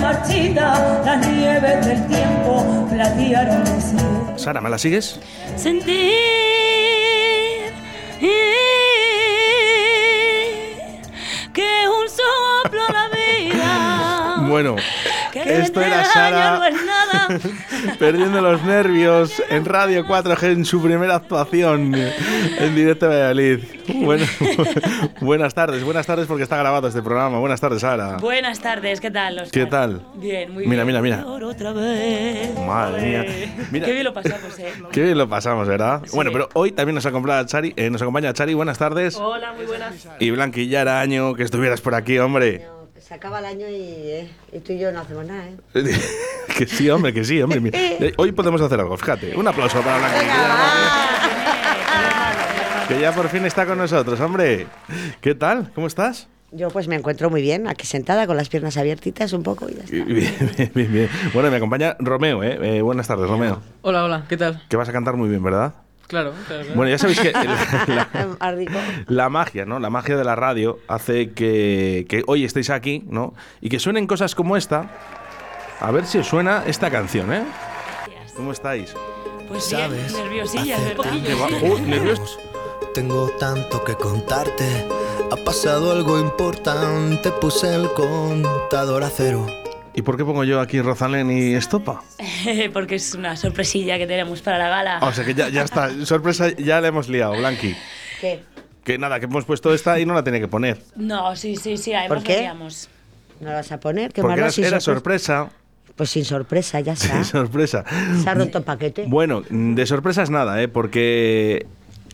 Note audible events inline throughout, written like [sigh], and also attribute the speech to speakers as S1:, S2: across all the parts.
S1: marchita, las nieves del tiempo platearon el cielo.
S2: Sara, ¿me la sigues?
S3: sentir eh, que un soplo la vida.
S2: [laughs] Bueno,
S3: Ah. que
S2: esto
S3: en
S2: era
S3: el año
S2: Sara.
S3: no es nada.
S2: [laughs] Perdiendo los nervios en Radio 4G en su primera actuación en directo de Valladolid. Bueno, [laughs] buenas tardes, buenas tardes porque está grabado este programa. Buenas tardes, Sara.
S3: Buenas tardes, ¿qué tal? Óscar?
S2: ¿Qué tal?
S3: Bien, muy
S2: Mira,
S3: bien.
S2: mira, mira.
S3: Por otra vez.
S2: Madre mía.
S3: Eh,
S2: Mira.
S3: Qué bien lo pasamos, eh.
S2: Qué bien lo pasamos, ¿verdad?
S3: Sí.
S2: Bueno, pero hoy también nos acompaña Chari, eh, nos acompaña Chari, buenas tardes.
S4: Hola, muy buenas.
S2: Y Blanquilla Araño, que estuvieras por aquí, hombre.
S5: No, Se acaba el año y, eh, y tú y yo no hacemos nada, ¿eh?
S2: [laughs] que sí, hombre, que sí, hombre. Mira, eh, Hoy podemos hacer algo, fíjate. Un aplauso para Blanquilla. Que ya por fin está con nosotros, hombre. ¿Qué tal? ¿Cómo estás?
S5: Yo pues me encuentro muy bien, aquí sentada con las piernas abiertitas un poco y ya está.
S2: Bien, bien, bien, bien. Bueno, me acompaña Romeo, ¿eh? Eh, buenas tardes, Romeo.
S4: Hola, hola, ¿qué tal?
S2: Que vas a cantar muy bien, ¿verdad?
S4: Claro, claro. claro.
S2: Bueno, ya sabéis
S4: [laughs]
S2: que la, la-
S5: Ah, rico.
S2: la magia, ¿no? La magia de la radio hace que, que hoy estéis aquí, ¿no? Y que suenen cosas como esta. A ver si os suena esta canción, ¿eh? ¿Cómo estáis?
S3: Pues bien, nerviosillas,
S6: hace
S3: ¿verdad?
S2: Que va- ¡Uh, nerviosos!
S6: Tengo tanto que contarte. Ha pasado algo importante. Puse el contador a cero.
S2: ¿Y por qué pongo yo aquí Rosalén y Estopa?
S3: [laughs] Porque es una sorpresilla que tenemos para la gala.
S2: Ah, O sea que ya, ya está, sorpresa, ya la hemos liado, Blanqui.
S5: ¿Qué?
S2: Que nada, que hemos puesto esta y no la tenía que poner.
S3: No, sí, sí, sí, además
S5: ¿Por qué?
S3: lo haríamos.
S5: ¿No lo vas a poner? ¿Qué más
S2: Porque
S5: da
S2: era,
S5: sin
S2: era
S5: sorpre-
S2: sorpresa.
S5: Pues sin
S2: [laughs]
S5: sorpresa, ya está.
S2: sorpresa.
S5: Se ha roto el paquete.
S2: Bueno, de sorpresas nada, ¿eh? porque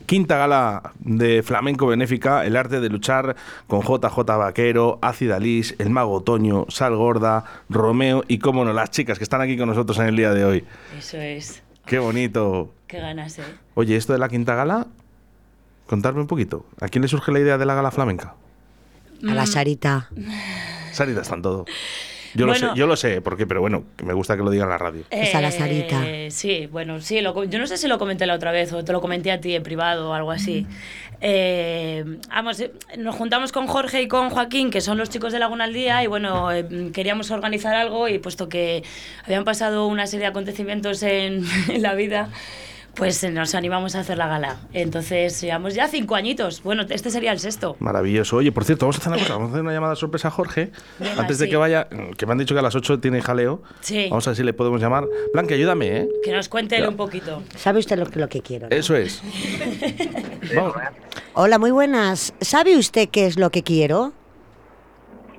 S2: quinta gala de Flamenco Benéfica, el arte de luchar con JJ Vaquero, Ácida Lis, El Mago Otoño, Sal Gorda, Romeo y, cómo no, las chicas que están aquí con nosotros en el día de hoy.
S3: Eso es.
S2: ¡Qué bonito!
S3: Qué ganas, eh.
S2: Oye, esto de la quinta gala, contadme un poquito. ¿A quién le surge la idea de la gala flamenca?
S5: A
S3: Mm.
S5: la Sarita.
S3: [laughs]
S2: Sarita está en todo. Yo, lo
S3: Bueno. Eh.
S2: sé, yo lo sé, ¿por qué? Pero bueno, que me gusta que lo diga en la radio.
S5: Esa la Sarita.
S3: Sí, bueno, sí, lo co- yo no sé si lo comenté la otra vez o te lo comenté a ti en privado o algo así. Eh, vamos, eh, nos juntamos con Jorge y con Joaquín, que son los chicos de Laguna al Día, y bueno, eh, queríamos organizar algo y puesto que habían pasado una serie de acontecimientos en, [laughs] en la vida, pues eh, nos animamos a hacer la gala. Entonces, llevamos ya cinco añitos. Bueno, este sería el sexto.
S2: Maravilloso. Oye, por cierto, vamos a hacer una cosa. Vamos a hacer una llamada sorpresa a Jorge.
S3: Venga,
S2: antes de
S3: sí.
S2: que vaya, que me han dicho que a las 8 tiene jaleo.
S3: Sí.
S2: Vamos a ver si le podemos llamar. Blanca, ayúdame, ¿eh?
S3: Que nos cuente él un poquito.
S5: ¿Sabe usted lo, que- lo que quiero? no?
S2: Eso es. Vamos.
S5: Hola, muy buenas. ¿Sabe usted qué es lo que quiero?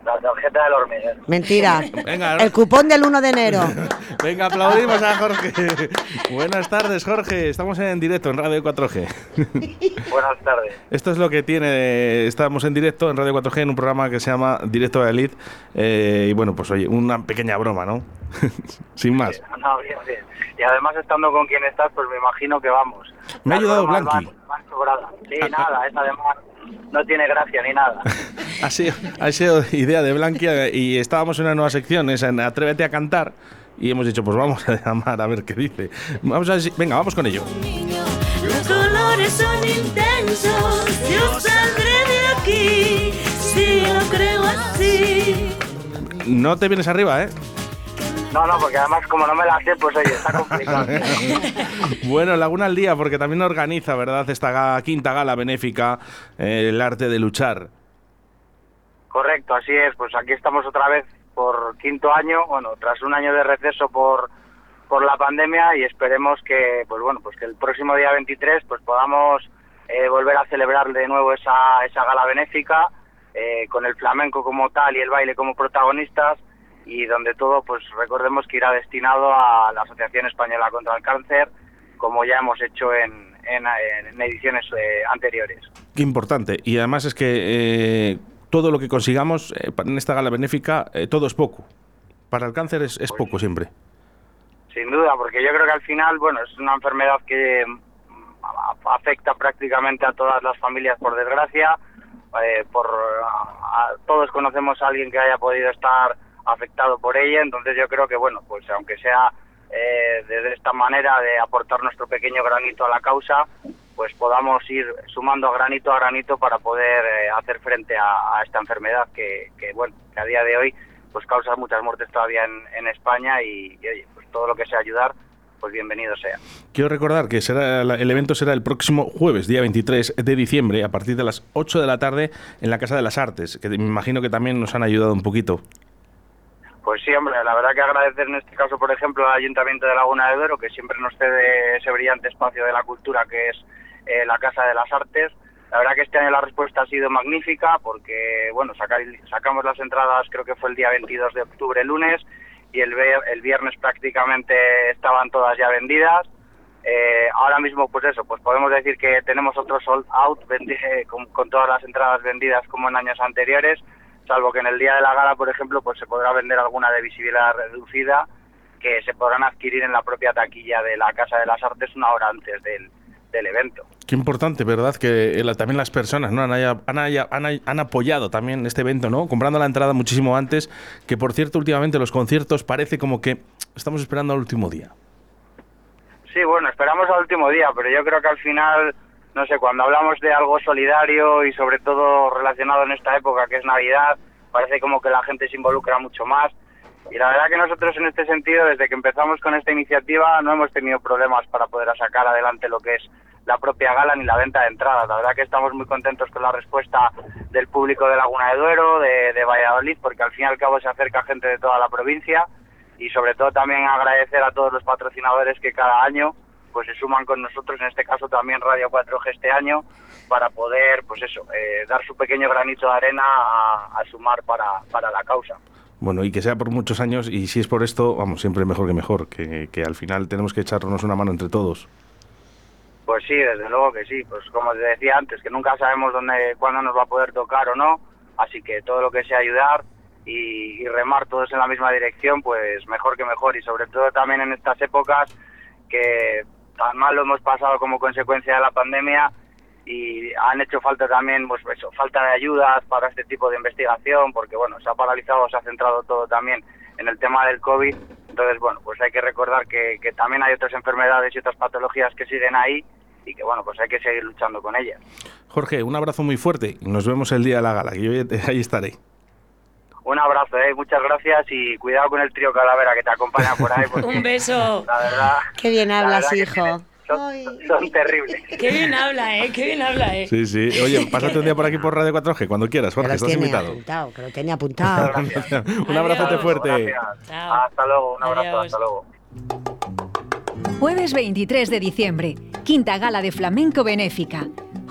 S7: La tarjeta del hormiguero.
S5: Mentira.
S2: [laughs] Venga,
S5: El cupón del 1 de
S2: [laughs]
S5: enero.
S2: Venga, aplaudimos a Jorge. Buenas tardes, Jorge. Estamos en directo en Radio 4G.
S7: Buenas tardes.
S2: Esto es lo que tiene. Estamos en directo en Radio 4G en un programa que se llama Directo de Elite. Eh, y bueno, pues oye, una pequeña broma, ¿no? [laughs] Sin más.
S7: [laughs] No, bien, bien. Y además estando con quien estás, pues me imagino que vamos.
S2: Me ha
S7: Las
S2: ayudado
S7: bromas
S2: Blanqui.
S7: van- van sobradas. Sí, nada, es además no tiene gracia ni nada.
S2: Ha sido, ha sido idea de Blanqui eh, y estábamos en una nueva sección, es en Atrévete a cantar. Y hemos dicho, pues vamos [laughs] a llamar a ver qué dice. Vamos a ver si- venga, vamos con ello.
S3: Los colores son intensos, yo saldré de aquí, si lo creo así.
S2: No te vienes arriba, ¿eh? [laughs]
S7: No, no, porque además como no me la sé, pues oye, está complicado.
S2: Bueno, Laguna al Día, porque también organiza, ¿verdad? Esta ga- quinta gala benéfica, eh, el arte de luchar.
S7: Correcto, así es. Pues aquí estamos otra vez por quinto año, bueno, tras un año de receso por por la pandemia y esperemos que, pues bueno, pues que el próximo día 23 pues podamos eh, volver a celebrar de nuevo esa, esa gala benéfica eh, con el flamenco como tal y el baile como protagonistas y donde todo, pues recordemos que irá destinado a la Asociación Española contra el Cáncer, como ya hemos hecho en, en, en ediciones eh, anteriores.
S2: Qué importante. Y además es que eh, todo lo que consigamos eh, en esta gala benéfica, eh, todo es poco. Para el cáncer es, es poco siempre.
S7: Sin duda, porque yo creo que al final, bueno, es una enfermedad que mm, a- afecta prácticamente a todas las familias, por desgracia. Eh, por a- a- todos conocemos a alguien que haya podido estar afectado por ella, entonces yo creo que, bueno, pues aunque sea eh, de, de esta manera de aportar nuestro pequeño granito a la causa, pues podamos ir sumando granito a granito para poder eh, hacer frente a, a esta enfermedad que, que, bueno, que a día de hoy pues causa muchas muertes todavía en, en España y, y, oye, pues todo lo que sea ayudar, pues bienvenido sea.
S2: Quiero recordar que será la- el evento será el próximo jueves, día 23 de diciembre, a partir de las 8 de la tarde en la Casa de las Artes, que me imagino que también nos han ayudado un poquito.
S7: Pues sí, hombre, la verdad que agradecer en este caso, por ejemplo, al Ayuntamiento de Laguna de Duero, que siempre nos cede ese brillante espacio de la cultura que es eh, la Casa de las Artes. La verdad que este año la respuesta ha sido magnífica porque, bueno, saca- sacamos las entradas creo que fue el día 22 de octubre, lunes, y el, ve- el viernes prácticamente estaban todas ya vendidas. Eh, ahora mismo, pues eso, pues podemos decir que tenemos otro sold out vendi- eh, con, con todas las entradas vendidas como en años anteriores, salvo que en el día de la gala, por ejemplo, pues se podrá vender alguna de visibilidad reducida que se podrán adquirir en la propia taquilla de la Casa de las Artes una hora antes del, del evento.
S2: Qué importante, ¿verdad? Que eh, la- también las personas ¿no? han, haya- han haya- han hay- han apoyado también este evento, ¿no? Comprando la entrada muchísimo antes, que por cierto, últimamente los conciertos parece como que estamos esperando al último día.
S7: Sí, bueno, esperamos al último día, pero yo creo que al final, no sé, cuando hablamos de algo solidario y sobre todo relacionado en esta época que es Navidad, parece como que la gente se involucra mucho más. Y la verdad que nosotros en este sentido, desde que empezamos con esta iniciativa, no hemos tenido problemas para poder sacar adelante lo que es la propia gala ni la venta de entradas. La verdad que estamos muy contentos con la respuesta del público de Laguna de Duero, de, de Valladolid, porque al fin y al cabo se acerca gente de toda la provincia y sobre todo también agradecer a todos los patrocinadores que cada año pues se suman con nosotros, en este caso también Radio 4G este año, para poder, pues eso, eh, dar su pequeño granito de arena a, a sumar para, para la causa.
S2: Bueno, y que sea por muchos años, y si es por esto, vamos, siempre mejor que mejor, que, que al final tenemos que echarnos una mano entre todos.
S7: Pues sí, desde luego que sí, pues como te decía antes, que nunca sabemos dónde, cuándo nos va a poder tocar o no, así que todo lo que sea ayudar y, y remar todos en la misma dirección, pues mejor que mejor, y sobre todo también en estas épocas que tan mal lo hemos pasado como consecuencia de la pandemia y han hecho falta también, pues eso, falta de ayudas para este tipo de investigación, porque bueno, se ha paralizado, se ha centrado todo también en el tema del COVID, entonces bueno, pues hay que recordar que, que también hay otras enfermedades y otras patologías que siguen ahí y que bueno, pues hay que seguir luchando con ellas.
S2: Jorge, un abrazo muy fuerte y nos vemos el día de la gala, que yo ya te- ahí estaré.
S7: Un abrazo, ¿eh? muchas gracias y cuidado con el trío calavera que te acompaña por ahí, porque
S3: [laughs] Un beso.
S7: la verdad
S5: Qué bien
S7: la
S5: hablas,
S7: verdad que
S5: hijo.
S7: son, son terribles.
S3: Qué bien habla, ¿eh? Qué bien habla, ¿eh?
S2: Sí, sí. Oye, pásate un día por aquí por Radio 4G, cuando quieras,
S5: Que
S2: Jorge,
S5: los
S2: estás
S5: tiene
S2: invitado.
S5: apuntado, que lo tiene apuntado.
S2: [laughs] un abrazote
S3: Adiós.
S2: fuerte.
S7: Gracias.
S3: Chao.
S7: Hasta luego, un abrazo,
S3: Adiós.
S7: hasta luego.
S8: Jueves 23 de diciembre, quinta gala de flamenco benéfica.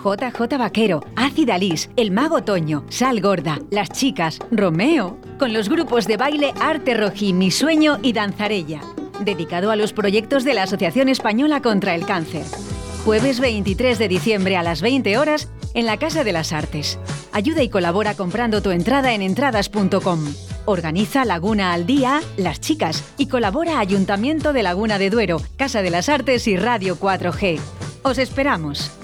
S8: JJ Vaquero, Ácida Lis, El Mago Toño, Sal Gorda, Las Chicas, Romeo, con los grupos de baile Arte Rojí, Mi Sueño y Danzarella, dedicado a los proyectos de la Asociación Española contra el Cáncer. Jueves 23 de diciembre a las 20 horas en la Casa de las Artes. Ayuda y colabora comprando tu entrada en entradas.com. Organiza Laguna al Día, Las Chicas y colabora Ayuntamiento de Laguna de Duero, Casa de las Artes y Radio 4G. Os esperamos.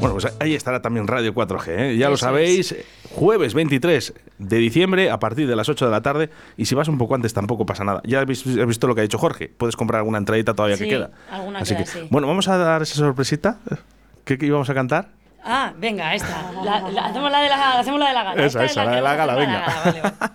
S2: Bueno, pues ahí estará también Radio 4G, ¿eh? ya lo
S3: Eso
S2: sabéis, jueves 23 de diciembre a partir de las 8 de la tarde y si vas un poco antes tampoco pasa nada. Ya habéis has visto lo que ha dicho Jorge, puedes comprar alguna entradita todavía
S3: Sí,
S2: que queda.
S3: alguna
S2: Así
S3: queda,
S2: que,
S3: sí.
S2: Bueno, vamos a dar esa sorpresita que, que íbamos a cantar.
S3: Ah, venga, esta. La- la- hacemos, la de la, hacemos la de la ¿eh? gala. Esta
S2: Esa,
S3: es
S2: esa, la
S3: que
S2: de la
S3: vamos a
S2: gala,
S3: hacer la
S2: venga.
S3: gala, vale, vale.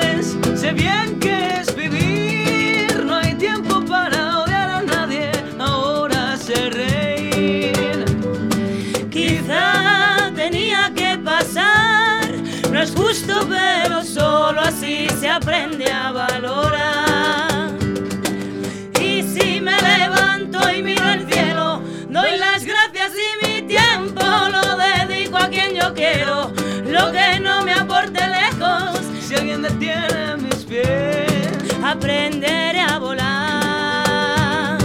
S4: sé bien que es vivir. No hay tiempo para odiar a nadie. Ahora sé reír.
S3: Quizá tenía que pasar, no es justo, pero solo así se aprende a valorar. Y si me levanto y miro el cielo, doy las gracias y mi tiempo lo dedico a quien yo quiero. Lo que no me aporte lejos,
S4: Si alguien detiene mis pies,
S3: aprenderé a volar.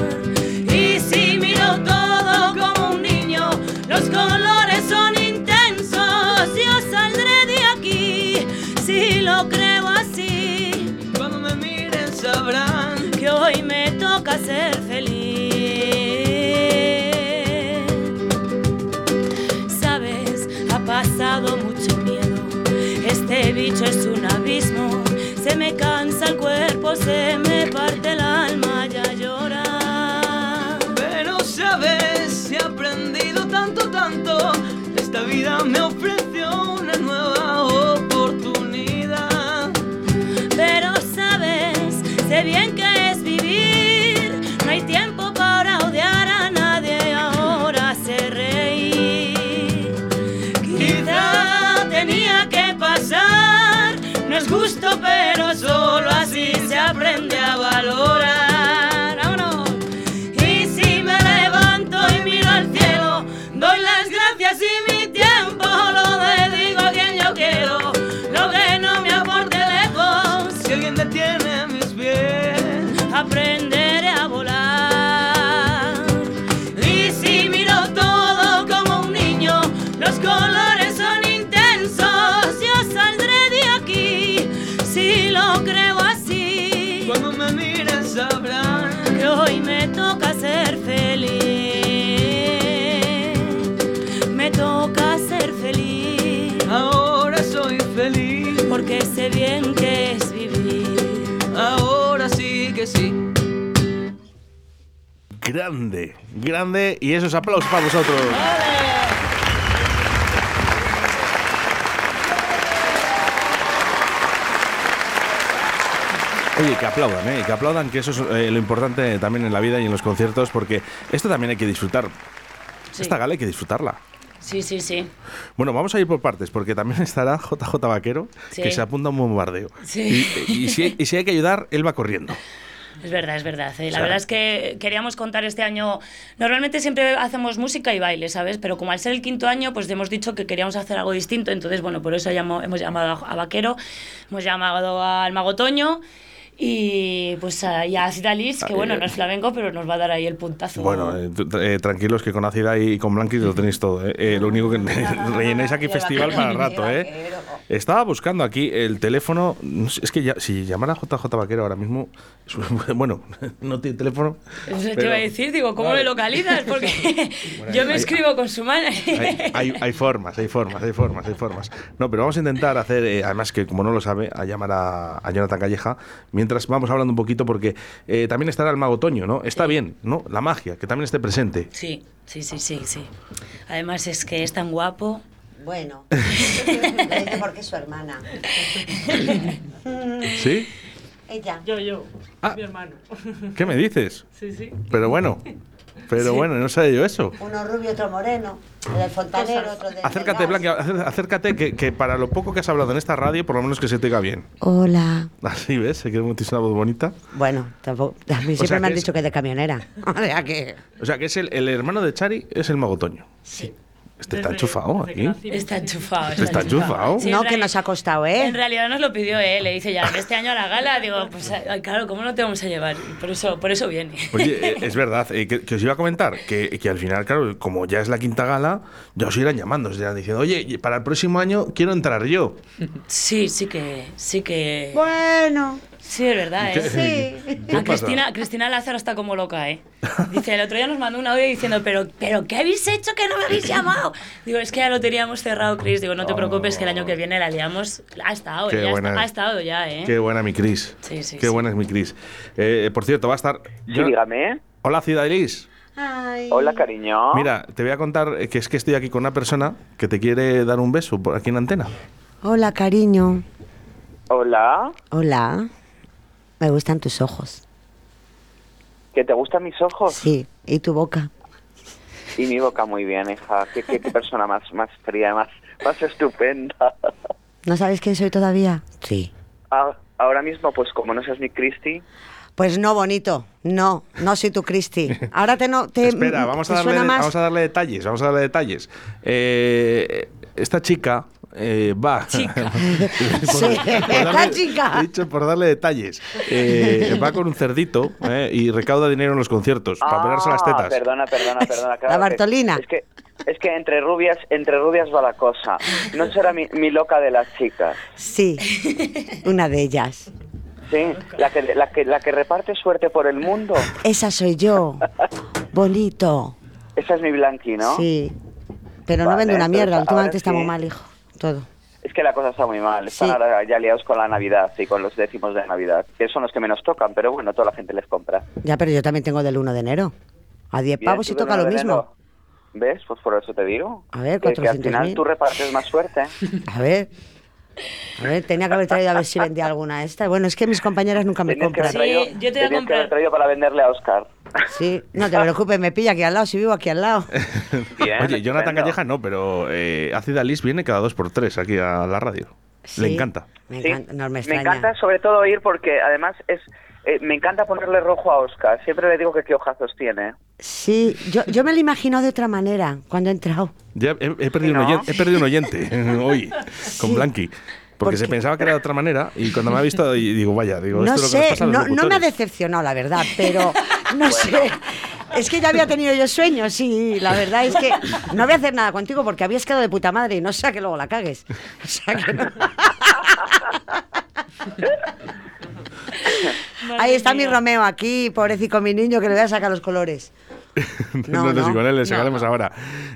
S3: Y si miro todo como un niño, los colores son intensos. Yo saldré de aquí si lo creo así.
S4: cuando me mires sabrán
S3: que hoy me toca ser feliz. Sabes, ha pasado mucho miedo. Este bicho es un abismo. Se me cansa el cuerpo, se me parte el alma ya llorar.
S4: Pero sabes, he aprendido tanto, tanto. Esta vida me ofreció una nueva oportunidad.
S3: Pero sabes, sé bien que es vivir. No hay tiempo para odiar a nadie. Ahora sé reír. Quizá tenía que pasar. No es justo, pero solo así se aprende a valorar. ¡Vámonos! Y si me levanto y miro al cielo, doy las gracias y mi tiempo lo dedico a quien yo quiero. Lo que no me aporte lejos,
S4: Si alguien detiene mis pies,
S3: aprenderé a volar. Y si miro todo como un niño, los colores son intensos. Yo saldré de aquí si lo creo así.
S4: cuando me miren sabrán.
S3: Que hoy me toca ser feliz. Me toca ser feliz
S4: Ahora soy feliz,
S3: porque sé bien que es vivir.
S4: ahora sí que sí.
S2: Grande, grande. Y esos aplausos para vosotros. Oye, que aplaudan, ¿eh? que aplaudan, que eso es eh, lo importante también en la vida y en los conciertos, porque esto también hay que disfrutar.
S3: Sí.
S2: Esta gala hay que disfrutarla.
S3: Sí, sí, sí.
S2: Bueno, vamos a ir por partes, porque también [laughs] estará JJ Vaquero,
S3: Sí.
S2: que se apunta a un bombardeo.
S3: Sí.
S2: Y, y si, y si hay que ayudar, él va corriendo.
S3: Es verdad, es verdad. eh. La
S2: sea-
S3: verdad es que queríamos contar este año. Normalmente siempre hacemos música y baile, ¿sabes? Pero como al ser el quinto año, pues hemos dicho que queríamos hacer algo distinto. Entonces, bueno, por eso llamo- hemos llamado a, a Vaquero, hemos llamado al Mago Toño y pues a, y a Acid Alice, que
S2: Ah,
S3: bueno,
S2: eh.
S3: no es flamenco, pero nos va a dar ahí el puntazo.
S2: Bueno, eh, tú- eh, tranquilos que con Ácida y con Blanqui lo tenéis todo. ¿eh? Eh, lo único que [laughs] rellenáis aquí festival para rato. ¿eh? Estaba buscando aquí el teléfono. no sé, Es que ya, si llamara JJ Vaquero ahora mismo, es- [laughs] bueno, no tiene teléfono.
S3: Eso te
S2: pero
S3: iba a decir, digo, ¿cómo
S2: Vale.
S3: me localizas?
S2: [laughs]
S3: Porque [laughs] yo me
S2: hay-
S3: escribo con su mano.
S2: Hay, hay- hay formas, hay formas, hay formas, hay formas. No, pero vamos a intentar hacer, eh, además que como no lo sabe, a llamar a, a Jonathan Calleja, mientras vamos hablando un poquito porque eh, también estará el mago Toño, ¿no? Está bien, ¿no? La magia, que también esté presente.
S3: Sí, sí, sí, sí, sí. Además es que es tan guapo.
S5: Bueno, lo dice porque es su hermana.
S2: [laughs] ¿Sí?
S5: Ella.
S9: Yo, yo,
S2: Ah.
S9: mi hermano. [laughs]
S2: ¿Qué me dices?
S9: Sí, sí.
S2: Pero bueno, pero bueno, no sabía yo eso.
S5: Uno rubio, otro moreno. El del fontanero, otro del.
S2: Acércate,
S5: del gas.
S2: Blanca, acér- acércate, que, que para lo poco que has hablado en esta radio, por lo menos que se te oiga bien.
S5: Hola.
S2: Así ves, se queda muchísima voz bonita.
S5: Bueno, tampoco. A mí siempre
S2: sea
S5: me
S2: que
S5: han
S2: es-
S5: dicho que
S2: [laughs]
S5: de camionera. O sea que.
S2: O sea, que es el, el hermano de Chari, es el mago Toño.
S5: Sí.
S2: Este está
S9: Desde-
S2: enchufado
S9: desde que
S2: aquí.
S9: nací.
S3: Está enchufado.
S2: Está enchufado.
S3: Sí, en
S5: no, que
S3: realidad-
S5: nos ha costado,
S3: En
S5: ¿eh?
S3: realidad nos lo pidió él, le dice ya, este año a la gala, digo, pues ay, claro, ¿cómo no te vamos a llevar? Y Por eso, por eso viene. [laughs]
S2: Oye, eh, es verdad, eh, que, que os iba a comentar que, que al final, claro, como ya es la quinta gala, ya os irán llamando, os irán diciendo, oye, y para el próximo año quiero entrar yo.
S3: Sí, sí que, sí que...
S5: Bueno.
S3: Eh, Sí, es verdad, ¿eh?
S2: ¿Qué- qué
S3: A
S2: pasa?
S3: Cristina, Cristina Lázaro está como loca, ¿eh? Dice, el otro día nos mandó un audio diciendo, pero, pero ¿qué habéis hecho que no me habéis llamado? Digo, es que ya lo teníamos cerrado, Cris. Digo, no te preocupes, que el año que viene la liamos. Ha estado,
S2: Qué
S3: ya
S2: buena
S3: está-
S2: es.
S3: ha estado ya, ¿eh?
S2: Qué buena mi Cris.
S3: Sí, sí,
S2: Qué
S3: sí.
S2: buena es mi Cris. Eh, por cierto, va a estar.
S7: Sí, dígame. ¿eh?
S2: Hola, Ciudad Elis.
S7: Hola, cariño.
S2: Mira, te voy a contar eh, que es que estoy aquí con una persona que te quiere dar un beso por aquí en antena.
S5: Hola, cariño.
S7: Hola.
S5: Hola. Me gustan tus ojos.
S7: ¿Que te gustan mis ojos?
S5: Sí. Y tu boca.
S7: Y mi boca muy bien, hija. Qué, qué- qué persona más, más fría, más, más estupenda.
S5: ¿No sabes quién soy todavía? Sí.
S7: Ah, Ahora mismo, pues como no seas mi Cristi,
S5: Pues no, bonito. No, no soy
S2: [laughs]
S5: tu Cristi. Ahora te no. Te,
S2: Espera,
S3: Mm,
S2: vamos a,
S5: te
S2: darle,
S5: suena más-
S2: vamos a darle detalles, vamos a darle detalles. Eh, esta chica eh, va... [laughs]
S3: Chica. [laughs]
S5: Sí, [laughs] la chica.
S2: he dicho por darle detalles. Eh, va con un cerdito eh, y recauda dinero en los conciertos para operarse las tetas.
S7: Ah, Perdona, perdona, perdona. claro
S5: La
S7: que-
S5: Bartolina.
S7: Es que, es que entre rubias, entre rubias va la cosa. No será mi, mi loca de las chicas.
S5: Sí, una de ellas.
S9: Sí, la que, la que, la que reparte suerte por el mundo.
S5: Esa soy yo. Bonito.
S9: Esa es mi Blanqui, ¿no?
S5: Sí. Pero no
S9: Vale,
S5: vende una
S9: entonces,
S5: mierda.
S9: ahora
S5: Últimamente
S9: sí.
S5: estamos mal, hijo. Todo.
S9: Es que la cosa está muy mal. Están
S5: Sí.
S9: ahora ya liados con la Navidad y con los décimos de Navidad, que son los que menos tocan, pero bueno, toda la gente les compra.
S5: Ya, pero yo también tengo del 1 de enero. A 10
S9: Bien,
S5: pavos
S9: tú
S5: y
S9: de
S5: toca
S9: una
S5: lo
S9: vez
S5: mismo.
S9: no. ¿Ves? Pues por eso te digo.
S5: A ver,
S9: que, que al
S5: 400.000.
S9: final tú repartes más
S5: [laughs]
S9: suerte.
S5: A ver. A ver, tenía que haber traído a ver si vendía alguna esta. Bueno, es que mis compañeras nunca me
S9: Tenías que haber
S5: compran.
S9: traído-
S3: Sí, yo te voy a
S9: tenías que
S3: comprar.
S9: haber traído para venderle a Oscar.
S5: Sí, no te preocupes, me pilla aquí al lado, si vivo aquí al lado.
S9: Bien,
S2: Oye, Jonathan
S9: estupendo.
S2: Calleja no, pero eh, Ácida Liz viene cada dos por tres aquí a la radio. Le
S5: Sí,
S2: encanta.
S5: Me
S9: Sí.
S5: encanta, no me
S9: Me
S5: extraña.
S9: encanta sobre todo ir porque además es eh, me encanta ponerle rojo a Oscar. Siempre le digo que qué ojazos tiene.
S5: Sí, yo, yo me lo he imaginado de otra manera cuando he entrado.
S2: Ya he, he perdido un
S9: ¿No?
S2: oyen- he perdido un oyente,
S9: [laughs]
S2: hoy con
S5: Sí.
S2: Blanqui.
S5: ¿Por
S2: Porque se
S5: qué?
S2: pensaba que era de otra manera y cuando me ha visto y digo, vaya, digo,
S5: no
S2: esto es lo que les
S5: sé,
S2: pasa a los
S5: no, no me ha
S2: locutores.
S5: decepcionado, la verdad,
S2: [laughs]
S5: pero no sé. Es que ya había tenido yo sueños sí, la verdad es que no voy a hacer nada contigo porque habías quedado de puta madre y no sea que luego la cagues. O sea
S3: [laughs]
S5: que no. Ahí está mi Romeo aquí, pobrecito mi niño, que le voy a sacar los colores.
S2: no, [laughs]
S5: No,
S2: no,
S5: no.
S2: sí, con él le sacaremos ahora.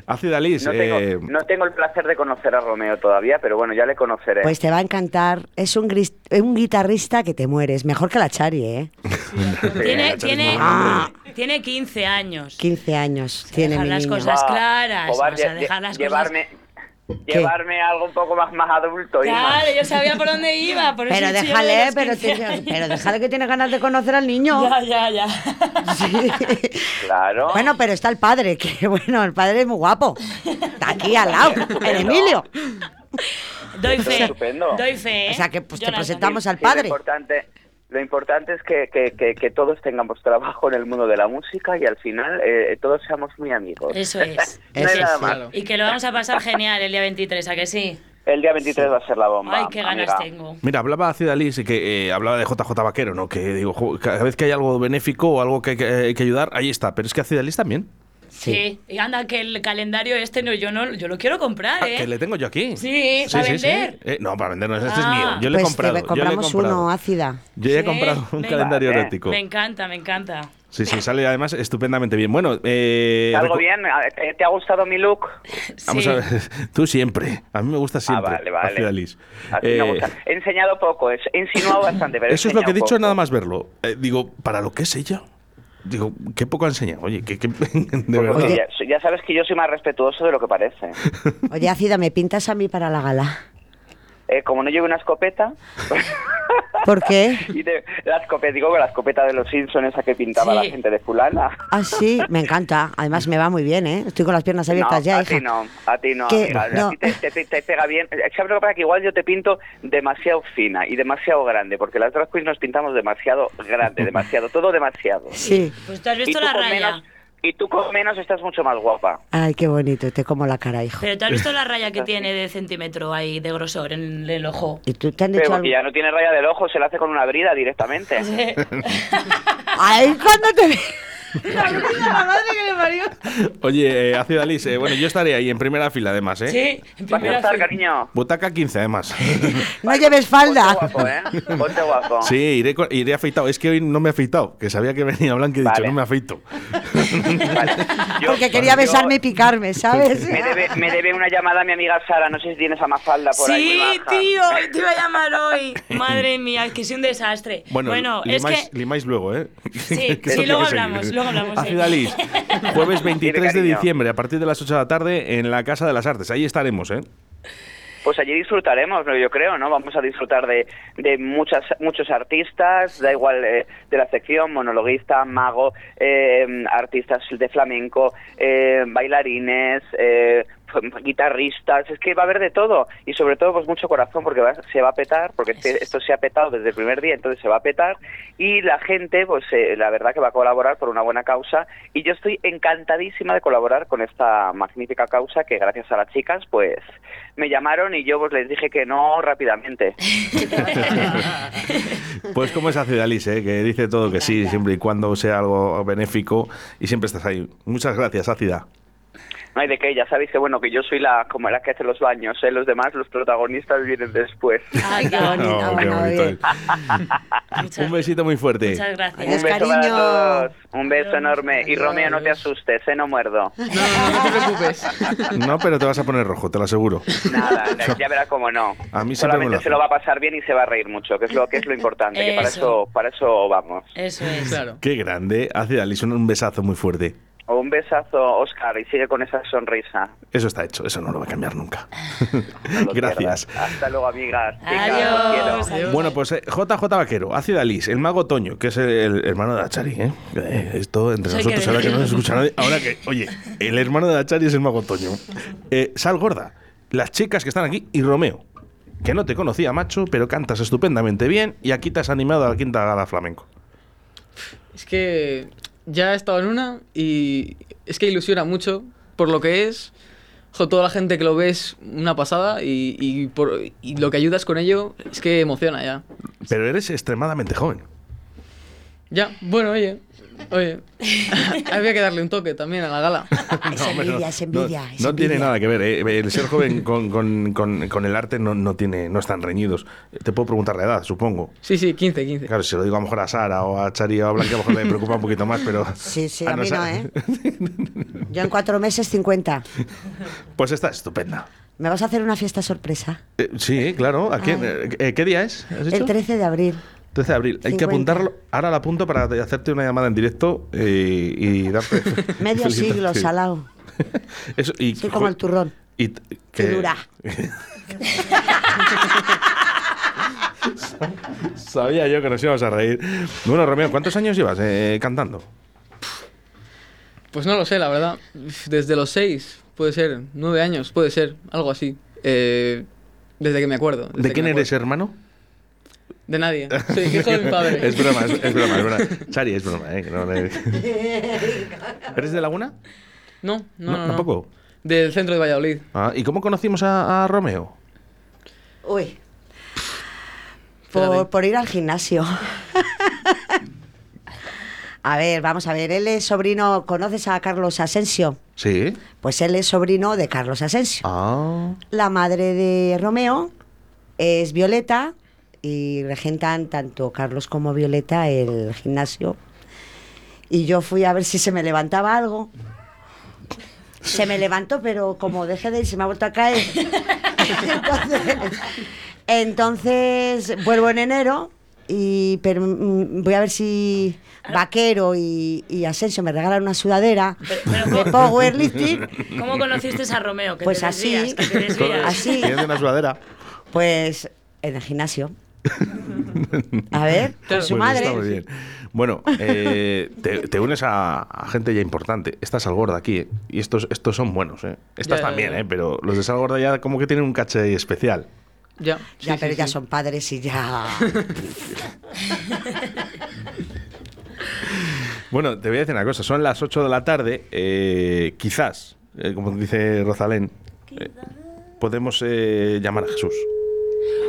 S2: Ácida Liz,
S9: No tengo,
S2: eh,
S9: no tengo el placer de conocer a Romeo todavía, pero bueno, ya le conoceré.
S5: Pues te va a encantar. Es un, gris- eh, un guitarrista que te mueres. Mejor que la Chari, ¿eh?
S3: Tiene,
S2: la Chari
S3: tiene,
S2: es muy grande.
S3: tiene 15 años.
S5: 15 años tiene
S3: dejar
S5: mi
S3: las
S5: niño.
S3: cosas. las claras,
S9: Jobar,
S3: o sea,
S9: lle-
S3: dejar las
S9: llevarme, llevarme a algo un poco más, más adulto. y más-
S3: Claro, yo sabía por dónde iba. Por eso
S5: Pero
S3: he dicho yo lo de
S5: déjale,
S3: los
S5: pero,
S3: 15
S5: te-
S3: años.
S5: pero déjale que tiene ganas de conocer
S3: [laughs]
S5: al niño.
S3: Ya, ya, ya.
S5: Sí.
S9: Claro.
S5: Bueno, pero está el padre, que [laughs] bueno, el padre es muy guapo. Está aquí al lado, el Emilio.
S3: [laughs] Doy
S9: Esto es
S3: fe.
S9: estupendo.
S3: Doy fe. ¿eh?
S5: O sea, que, pues, te
S3: Jonathan.
S5: presentamos al
S9: Sí, Lo
S5: padre.
S9: importante, lo importante es que, que- que- que todos tengamos trabajo en el mundo de la música y al final eh, todos seamos muy amigos. [laughs]
S3: Eso es.
S9: No hay
S5: Eso
S9: nada
S5: sí.
S9: malo.
S3: Y que lo vamos a pasar genial el día 23, ¿a que sí?
S9: El día 23 va a ser la bomba.
S3: Ay, qué ganas
S9: amiga.
S3: tengo.
S2: Mira, hablaba Ácida Liz y que eh, hablaba de JJ Vaquero, ¿no? Que digo, jo, cada vez que hay algo benéfico o algo que hay que, hay que ayudar, ahí está. Pero es que Ácida Liz también.
S3: Sí. Y anda, que el calendario este no, yo no, yo lo quiero comprar,
S2: Ah,
S3: ¿eh?
S2: que le tengo yo aquí.
S3: Sí, ¿para vender?
S2: Eh, no, para vender no, este es
S3: Ah.
S2: mío. Yo le he
S5: Pues
S2: comprado.
S5: te
S2: yo le he
S5: compramos
S2: comprado.
S5: uno ácida.
S2: Yo ya he
S3: Sí,
S2: comprado un
S3: venga.
S2: calendario
S9: Vale.
S2: erótico.
S3: Me encanta, me encanta.
S2: Sí, sí, sale además estupendamente bien. Bueno, eh,
S9: ¿Algo
S2: recu-
S9: bien? ¿Te- ¿Te ha gustado mi look?
S2: Vamos
S3: Sí.
S2: a ver. [laughs] Tú siempre. A mí me gusta siempre.
S9: Ah, vale, vale.
S2: Ácida Liz.
S9: A ti me
S2: Eh,
S9: gusta. He enseñado poco, he he insinuado bastante, pero
S2: Eso es lo que he dicho
S9: enseñado
S2: nada
S9: poco.
S2: más verlo. Eh, digo, para lo que es ella. Digo, qué poco ha enseñado. Oye, qué, [laughs] qué- de
S9: Pues,
S2: verdad.
S9: oye, ya, ya sabes que yo soy más respetuoso de lo que parece.
S5: Oye, ácida, ¿me pintas a mí para la gala?
S9: Eh, como no llevo una escopeta, [laughs]
S5: ¿Por qué?
S9: y de- la escopeta, digo que la escopeta de los Simpsons, esa que pintaba
S3: Sí.
S9: la gente de fulana.
S5: Así, ah, me encanta. Además, me va muy bien, ¿eh? Estoy con las piernas abiertas
S9: no,
S5: ya,
S9: a
S5: hija.
S9: ti no, a ti no,
S5: ¿Qué?
S9: amiga.
S5: No.
S9: A ti te, te- te- te pega bien. ¿Sabes lo que pasa? Que igual yo te pinto demasiado fina y demasiado grande, porque las drag queens nos pintamos demasiado grande, demasiado, todo demasiado.
S5: Sí.
S3: Pues tú has
S9: Y
S3: visto
S9: tú
S3: la
S9: con
S3: raya.
S9: menos- y tú con menos estás mucho más guapa.
S5: Ay, qué bonito, te como la cara, hijo.
S3: Pero tú has visto la raya que tiene de centímetro ahí de grosor en el ojo.
S5: ¿Y tú te han
S9: Pero
S5: dicho
S9: [laughs]
S5: algo?
S9: porque ya no tiene raya del ojo, se la hace con una brida directamente.
S3: [laughs]
S5: Ay, cuando te vi- La brida, la madre que le parió.
S2: Oye, eh, Ácida Liz, eh, bueno, yo estaré ahí en primera fila además, ¿eh?
S3: Sí, en
S9: Vas a
S3: primera
S9: estar,
S3: fila.
S9: cariño.
S2: Butaca
S3: [laughs]
S2: 15 además.
S5: No lleves falda.
S9: Ponte guapo, ¿eh? Ponte guapo.
S2: Sí, iré, co- iré afeitado. Es que hoy no me he afeitado, que sabía que venía Blanca y he dicho,
S9: Vale.
S2: no me afeito.
S9: Vale. Yo-
S5: Porque quería
S9: yo-
S5: besarme y picarme, ¿sabes?
S9: Me debe, me debe una llamada mi amiga Sara, no sé si tienes a Mafalda por ahí. muy
S3: Sí,
S9: baja.
S3: tío, te iba a llamar
S9: [laughs]
S3: hoy. Madre mía, es que es un desastre.
S2: Bueno,
S3: es
S2: limáis, [laughs]
S3: que
S2: limáis luego, ¿eh? [laughs]
S3: Sí,
S2: Que
S3: sí,
S2: tengo
S3: luego
S2: que seguir.
S3: hablamos, luego hablamos, sí.
S2: Ácida
S3: [laughs]
S2: Liz, jueves 23 de
S9: cariño.
S2: diciembre, a partir de las 8 de la tarde, en la Casa de las Artes. Ahí estaremos, ¿eh?
S9: Pues allí disfrutaremos, ¿no? yo creo, ¿no? Vamos a disfrutar de, de muchas, muchos artistas, da igual eh, de la sección, monologuista, mago, eh, artistas de flamenco, eh, bailarines, eh, guitarristas, es que va a haber de todo y sobre todo pues mucho corazón porque va- se va a petar, porque este- esto se ha petado desde el primer día, entonces se va a petar y la gente pues eh, la verdad que va a colaborar por una buena causa y yo estoy encantadísima de colaborar con esta magnífica causa que gracias a las chicas pues me llamaron y yo pues les dije que no rápidamente.
S2: Pues como es Ácida Liz, ¿eh? que dice todo que sí, siempre y cuando sea algo benéfico y siempre estás ahí. Muchas gracias, Ácida.
S9: no hay de qué. Ya sabéis que, bueno, que yo soy la como la que hace los baños, ¿eh? Los demás, los protagonistas vienen después.
S3: Ay, qué
S2: No,
S9: [laughs]
S3: bonito.
S5: bonito,
S2: qué
S5: bueno,
S2: bonito
S5: bien.
S2: es. Un besito muy fuerte.
S3: Muchas
S9: Un
S5: Adiós,
S3: gracias.
S9: beso para
S5: cariño.
S9: todos. Un beso enorme. Y
S5: Adiós.
S9: Romeo, no te asustes, ¿eh? No muerdo.
S4: No, no, no te preocupes.
S9: [laughs]
S2: No, pero te vas a poner rojo, te lo aseguro.
S9: Nada, ya verás cómo no.
S2: A mí siempre me
S9: Solamente
S2: lo
S9: se lo
S2: hace.
S9: va a pasar bien y se va a reír mucho, que es lo que es lo importante, que para
S3: Eso.
S9: eso para eso vamos.
S3: Eso es.
S4: Claro.
S2: Qué grande. Hace Alice un- un besazo muy fuerte.
S9: [laughs] Un besazo, Oscar, y sigue con esa sonrisa.
S2: Eso está hecho, eso no lo va a cambiar nunca.
S9: [laughs]
S2: [laughs]
S9: No lo
S2: Gracias.
S9: pierdas. Hasta luego, amigas. Chicas, os
S3: Adiós.
S9: quiero.
S4: Adiós.
S2: Bueno, pues eh, JJ Vaquero, hace Alice, el mago Toño, que es el, el hermano de Achari, ¿eh? Eh, Esto entre
S3: Eso hay
S2: nosotros,
S3: que
S2: ahora que
S3: [laughs] decirlo.
S2: no nos escucha nadie. Ahora que, oye, el hermano de Achari es el mago Toño. Eh, Sal Gorda, las chicas que están aquí y Romeo, que no te conocía, macho, pero cantas estupendamente bien y aquí te has animado a la quinta gala flamenco.
S4: Es que ya he estado en una y es que ilusiona mucho por lo que es. Jo, toda la gente que lo ve es una pasada y, y por- y lo que ayudas con ello es que emociona ya.
S2: Pero eres extremadamente joven.
S4: Ya, bueno, oye,
S5: [laughs]
S4: oye. Había que darle un toque también a la gala.
S5: Es
S2: hombre,
S5: envidia, es envidia,
S2: no
S5: es
S2: tiene
S5: envidia.
S2: nada que ver. eh. El
S5: [laughs]
S2: ser joven con, con- con- con el arte no, no, tiene, no están reñidos. Te puedo preguntar la edad, supongo.
S4: Sí, sí, 15, 15.
S2: Claro, si se lo digo a lo mejor a Sara o a Chari o a Blanca, a lo mejor me preocupa un poquito más, pero. Ah,
S5: Sí, sí,
S9: Ah,
S5: a mí no,
S2: Sara-
S5: ¿eh? Yo en cuatro meses 50.
S2: Pues está estupenda.
S5: ¿Me vas a hacer una fiesta sorpresa?
S2: Eh, sí, claro. ¿A qué,
S5: Ay.
S2: eh, ¿Qué día es? ¿Has dicho?
S5: El 13 de abril.
S2: 13 de abril. Hay que
S5: 50.
S2: apuntarlo. Ahora la apunto para de- hacerte una llamada en directo eh, y
S5: [laughs]
S2: darte.
S9: [laughs]
S5: Medio
S2: felicitaciones.
S5: siglo, salao.
S2: Eso, y,
S5: Soy como el turrón.
S2: Y t- eh,
S5: Que
S2: [laughs]
S5: dura.
S2: Sabía yo que nos íbamos a reír. Bueno, Romeo, ¿cuántos años llevas eh, cantando?
S4: Pues no lo sé, la verdad. Desde los 6, puede ser, 9 años, puede ser, algo así. Eh, desde que me acuerdo. desde
S2: ¿De
S4: que
S2: quién
S4: me
S2: eres
S4: acuerdo.
S2: hermano?
S4: De nadie. Soy hijo de mi padre.
S2: Es broma, es, es broma, es broma. Chari, es broma, ¿eh? No, no- ¿Eres de Laguna?
S4: [laughs] No, no, no, no.
S2: tampoco.
S4: Del centro de Valladolid.
S2: Ah, ¿Y cómo conocimos a, a Romeo?
S5: Uy.
S4: Espérate.
S5: Por, por ir al gimnasio. a ver, vamos a ver. Él es sobrino. ¿Conoces a Carlos Asensio?
S2: Sí.
S5: Pues él es sobrino de Carlos Asensio.
S2: Ah.
S5: La madre de Romeo es Violeta y regentan tanto Carlos como Violeta el gimnasio. Y yo fui a ver si se me levantaba algo. Se me levantó, pero como dejé de ir, se me ha vuelto
S3: [laughs]
S5: a caer. Entonces, entonces, vuelvo en enero y pero, mm, voy a ver si Vaquero y, y Asensio me regalan una sudadera
S3: Pero- pero
S5: de
S3: ¿cómo-
S5: powerlifting.
S3: ¿Cómo conociste a Romeo? Que
S5: Pues
S3: te
S5: así.
S3: desvías, que te
S5: [laughs]
S3: desvías.
S5: Así.
S2: Tienes una sudadera.
S5: Pues en el gimnasio.
S2: [laughs]
S5: A ver, con
S4: Claro.
S5: su
S2: Pues
S5: madre.
S2: Está muy bien. Bueno, eh, te, te unes a, a gente ya importante. Está Salgorda aquí, ¿eh? Y estos, estos son buenos, ¿eh? Estas
S4: Ya, ya,
S2: también,
S4: ya.
S2: ¿eh? Pero los de Salgorda ya como que tienen un caché ahí especial.
S4: Ya.
S5: Ya,
S4: sí,
S5: pero
S4: sí,
S5: ya
S4: sí.
S5: son padres y ya.
S2: Bueno, te voy a decir una cosa. Son las 8 de la tarde. eh, quizás, eh, como dice Rosalén, eh, podemos eh, llamar a Jesús.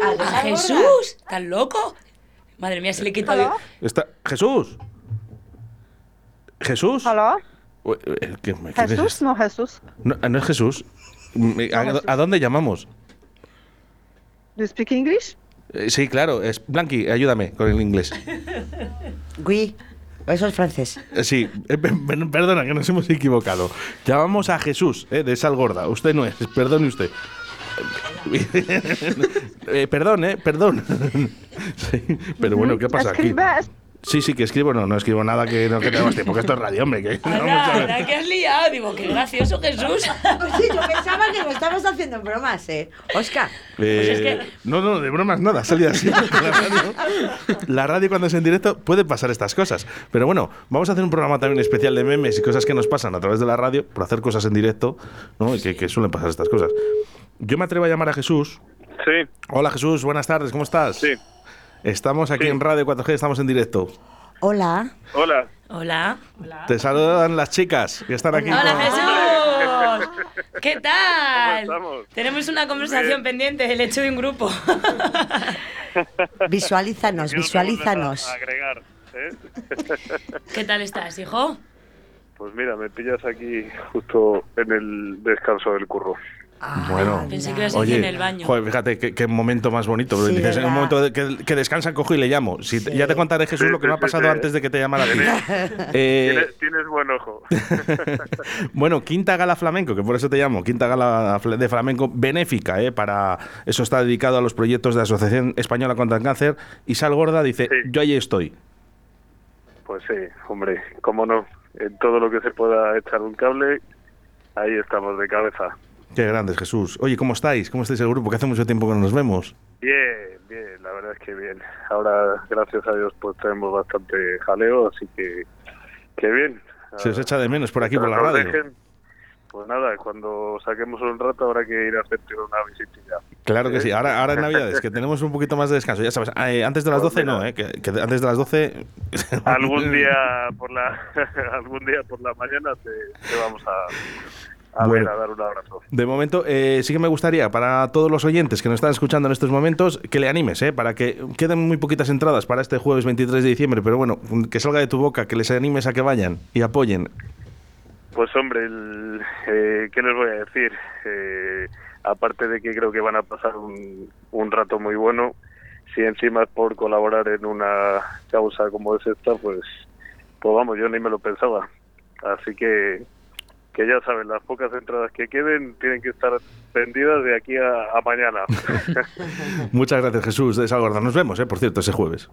S3: ¿A Jesús? ¿Tan loco? Madre mía, se le quita... de-
S2: Está... ¡Jesús! ¿Jesús?
S10: ¿Aló?
S2: Ué, eh, ¿qué- [laughs] qué es
S10: ¿Jesús?
S2: esto?
S10: No, Jesús.
S2: No, eh, no es Jesús. Me- ¿A,
S10: Jesús.
S2: a dónde llamamos?
S10: Do you speak English?
S2: Eh, sí, claro. Es... Blanqui, ayúdame con el inglés.
S5: Gui, eso es francés.
S2: Eh, Sí, eh, pe- pe- perdona que nos hemos equivocado. Llamamos a Jesús, eh, de Salgorda. Usted no es, perdone usted. [laughs] Eh, perdón, eh, perdón. [laughs] Sí, pero bueno, ¿qué pasa aquí?
S10: Escribes.
S2: Sí, sí, que escribo, no, no escribo nada que no que tengamos tiempo, que esto es radio, hombre. Que, no, vamos a
S3: Ana,
S2: ver.
S3: Ana, que has liado. Digo, qué gracioso Jesús.
S5: Pues sí, yo pensaba que lo estabas haciendo en bromas, ¿eh? Oscar.
S3: Pues es
S2: Eh,
S3: que-
S2: No, no, de bromas nada,
S3: [laughs]
S2: salí así. La radio, la radio cuando es en directo puede pasar estas cosas. Pero bueno, vamos a hacer un programa también especial de memes y cosas que nos pasan a través de la radio por hacer cosas en directo, ¿no? Y que, que suelen pasar estas cosas. Yo me atrevo a llamar a Jesús.
S11: Sí,
S2: Hola Jesús, buenas tardes, ¿cómo estás?
S11: sí.
S2: Estamos aquí
S11: Sí.
S2: en Radio 4G, estamos en directo.
S5: Hola.
S11: Hola.
S3: Hola.
S2: Te saludan las chicas que están aquí.
S3: Hola,
S2: con-
S3: Jesús. ¿Qué tal?
S11: ¿Cómo estamos?
S3: Tenemos una conversación pendiente del hecho de un grupo.
S5: Visualízanos,
S11: Quiero que vuelvas a-
S3: [laughs]
S5: visualízanos.
S11: a agregar, ¿eh?
S3: ¿Qué tal estás, hijo?
S11: Pues mira, me pillas aquí justo en el descanso
S2: [laughs]
S11: del curro.
S2: Bueno,
S3: Pensé que ibas a decir en el baño.
S2: joder, fíjate qué, qué momento más bonito. porque
S3: Sí,
S2: dices, en
S3: ¿verdad?
S2: un momento de- que, que descansan, cojo y le llamo. Si te- ya te contaré, Jesús,
S11: Sí,
S2: lo que
S11: sí,
S2: me ha
S11: sí,
S2: pasado
S11: sí.
S2: antes de que te llamara a ti. [laughs] Eh, [laughs]
S11: Tienes, tienes buen ojo.
S2: bueno, quinta gala flamenco, que por eso te llamo, quinta gala fl- de flamenco benéfica, ¿eh? Para eso está dedicado a los proyectos de la Asociación Española contra el Cáncer. Y Sal Gorda dice, yo ahí estoy.
S11: Pues sí, hombre, cómo no. En todo lo que se pueda echar un cable, ahí estamos de cabeza.
S2: Qué grandes, Jesús. Oye, ¿cómo estáis? ¿Cómo estáis el grupo? Que hace mucho tiempo que no nos vemos.
S11: Bien, bien, la verdad es que bien. Ahora, gracias a Dios, pues tenemos bastante jaleo, así que, que bien.
S2: Se os echa de menos por aquí, por la
S11: Nos
S2: radio.
S11: dejen- Pues nada, cuando saquemos un rato habrá que ir a hacerte una visitilla.
S2: Claro que sí. Ahora, ahora en Navidades, que tenemos un poquito más de descanso. Ya sabes, eh, antes de las
S11: Pues
S2: 12 no, ¿eh? Que, que antes de las 12...
S11: Algún día por la [laughs] algún día por la mañana te, te vamos a, a
S2: Bueno.
S11: ver, a dar un abrazo.
S2: De momento, eh, sí que me gustaría para todos los oyentes que nos están escuchando en estos momentos que le animes, ¿eh? para que queden muy poquitas entradas para este jueves 23 de diciembre, pero bueno, que salga de tu boca, que les animes a que vayan y apoyen.
S11: Pues hombre, el- eh, ¿qué les voy a decir? Eh, aparte de que creo que van a pasar un, un rato muy bueno, si encima es por colaborar en una causa como es esta, pues, pues vamos, yo ni me lo pensaba. Así que, que ya saben, las pocas entradas que queden tienen que estar vendidas de aquí a, a
S2: [laughs]
S11: mañana.
S2: Muchas gracias, Jesús de Salgorda. Nos vemos, ¿eh? por cierto, ese jueves.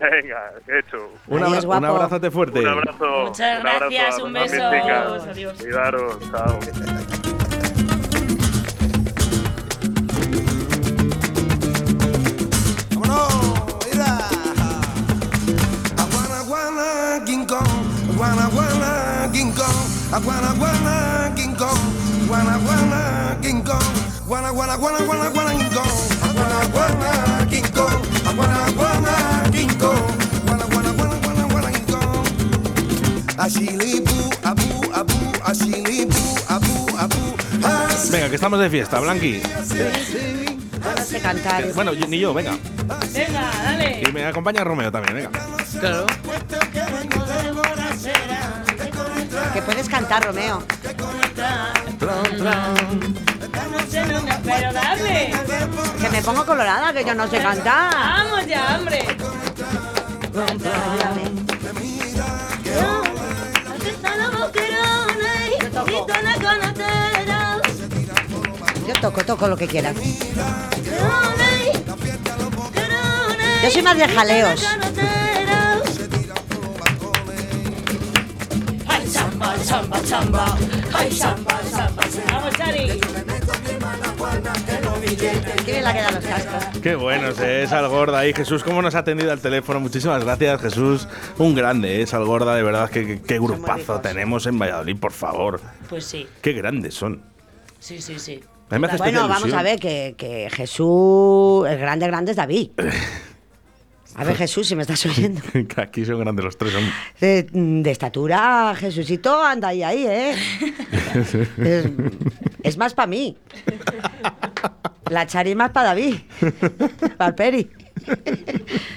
S11: Venga, hecho.
S2: Un, abra- un abrazote fuerte.
S11: Un abrazo.
S3: Muchas
S11: un abrazo
S3: gracias,
S11: a
S3: un
S11: las
S3: beso.
S11: amigas.
S3: Adiós.
S11: Cuidaros, chao.
S12: Aguana, aguana, King Kong. Aguana, aguana, King Kong. Aguana, aguana, King Kong. Aguana, aguana, King Kong. Aguana, aguana, aguana, aguana, aguana, King Kong. Aguana, aguana, King Kong. Aguana, aguana, King Kong. Aguana, aguana, aguana, aguana, aguana, King Kong. Ashilibu, abu, abu, ashilibu, abu, abu.
S2: Venga, que estamos de fiesta, Blanqui.
S5: Sé cantar.
S2: Eh, Bueno, yo- ni yo, venga.
S3: Venga, dale.
S2: Y me acompaña Romeo también, venga.
S4: Claro.
S5: Que puedes cantar, Romeo.
S3: Pero dale.
S5: Que me pongo colorada, que yo no sé cantar.
S3: Vamos ya, hombre.
S5: Yo toco, toco lo que quieras. Yo soy más de jaleos.
S1: Ay, samba, samba, samba. Ay, samba, samba, samba.
S3: Vamos, Chari.
S5: ¿Quién me la queda los cascos?
S2: Qué bueno eh, es Salgorda ahí. Jesús, cómo nos ha atendido al teléfono. Muchísimas gracias, Jesús. Un grande, eh, Salgorda, de verdad. Qué, qué- qué grupazo tenemos en Valladolid, por favor.
S3: Pues sí,
S2: Qué grandes son.
S3: sí, sí, sí.
S2: A mí me hace especial
S5: Bueno, vamos
S2: ilusión.
S5: a ver, que, que Jesús, el grande, grande es David. A ver, Jesús, si me estás oyendo.
S2: Que [laughs] Aquí son grandes los tres, hombre.
S5: De, Eh, de estatura, Jesucito anda ahí, ahí, ¿eh? Es, es más para mí. La Chari es más para David. Para Peri.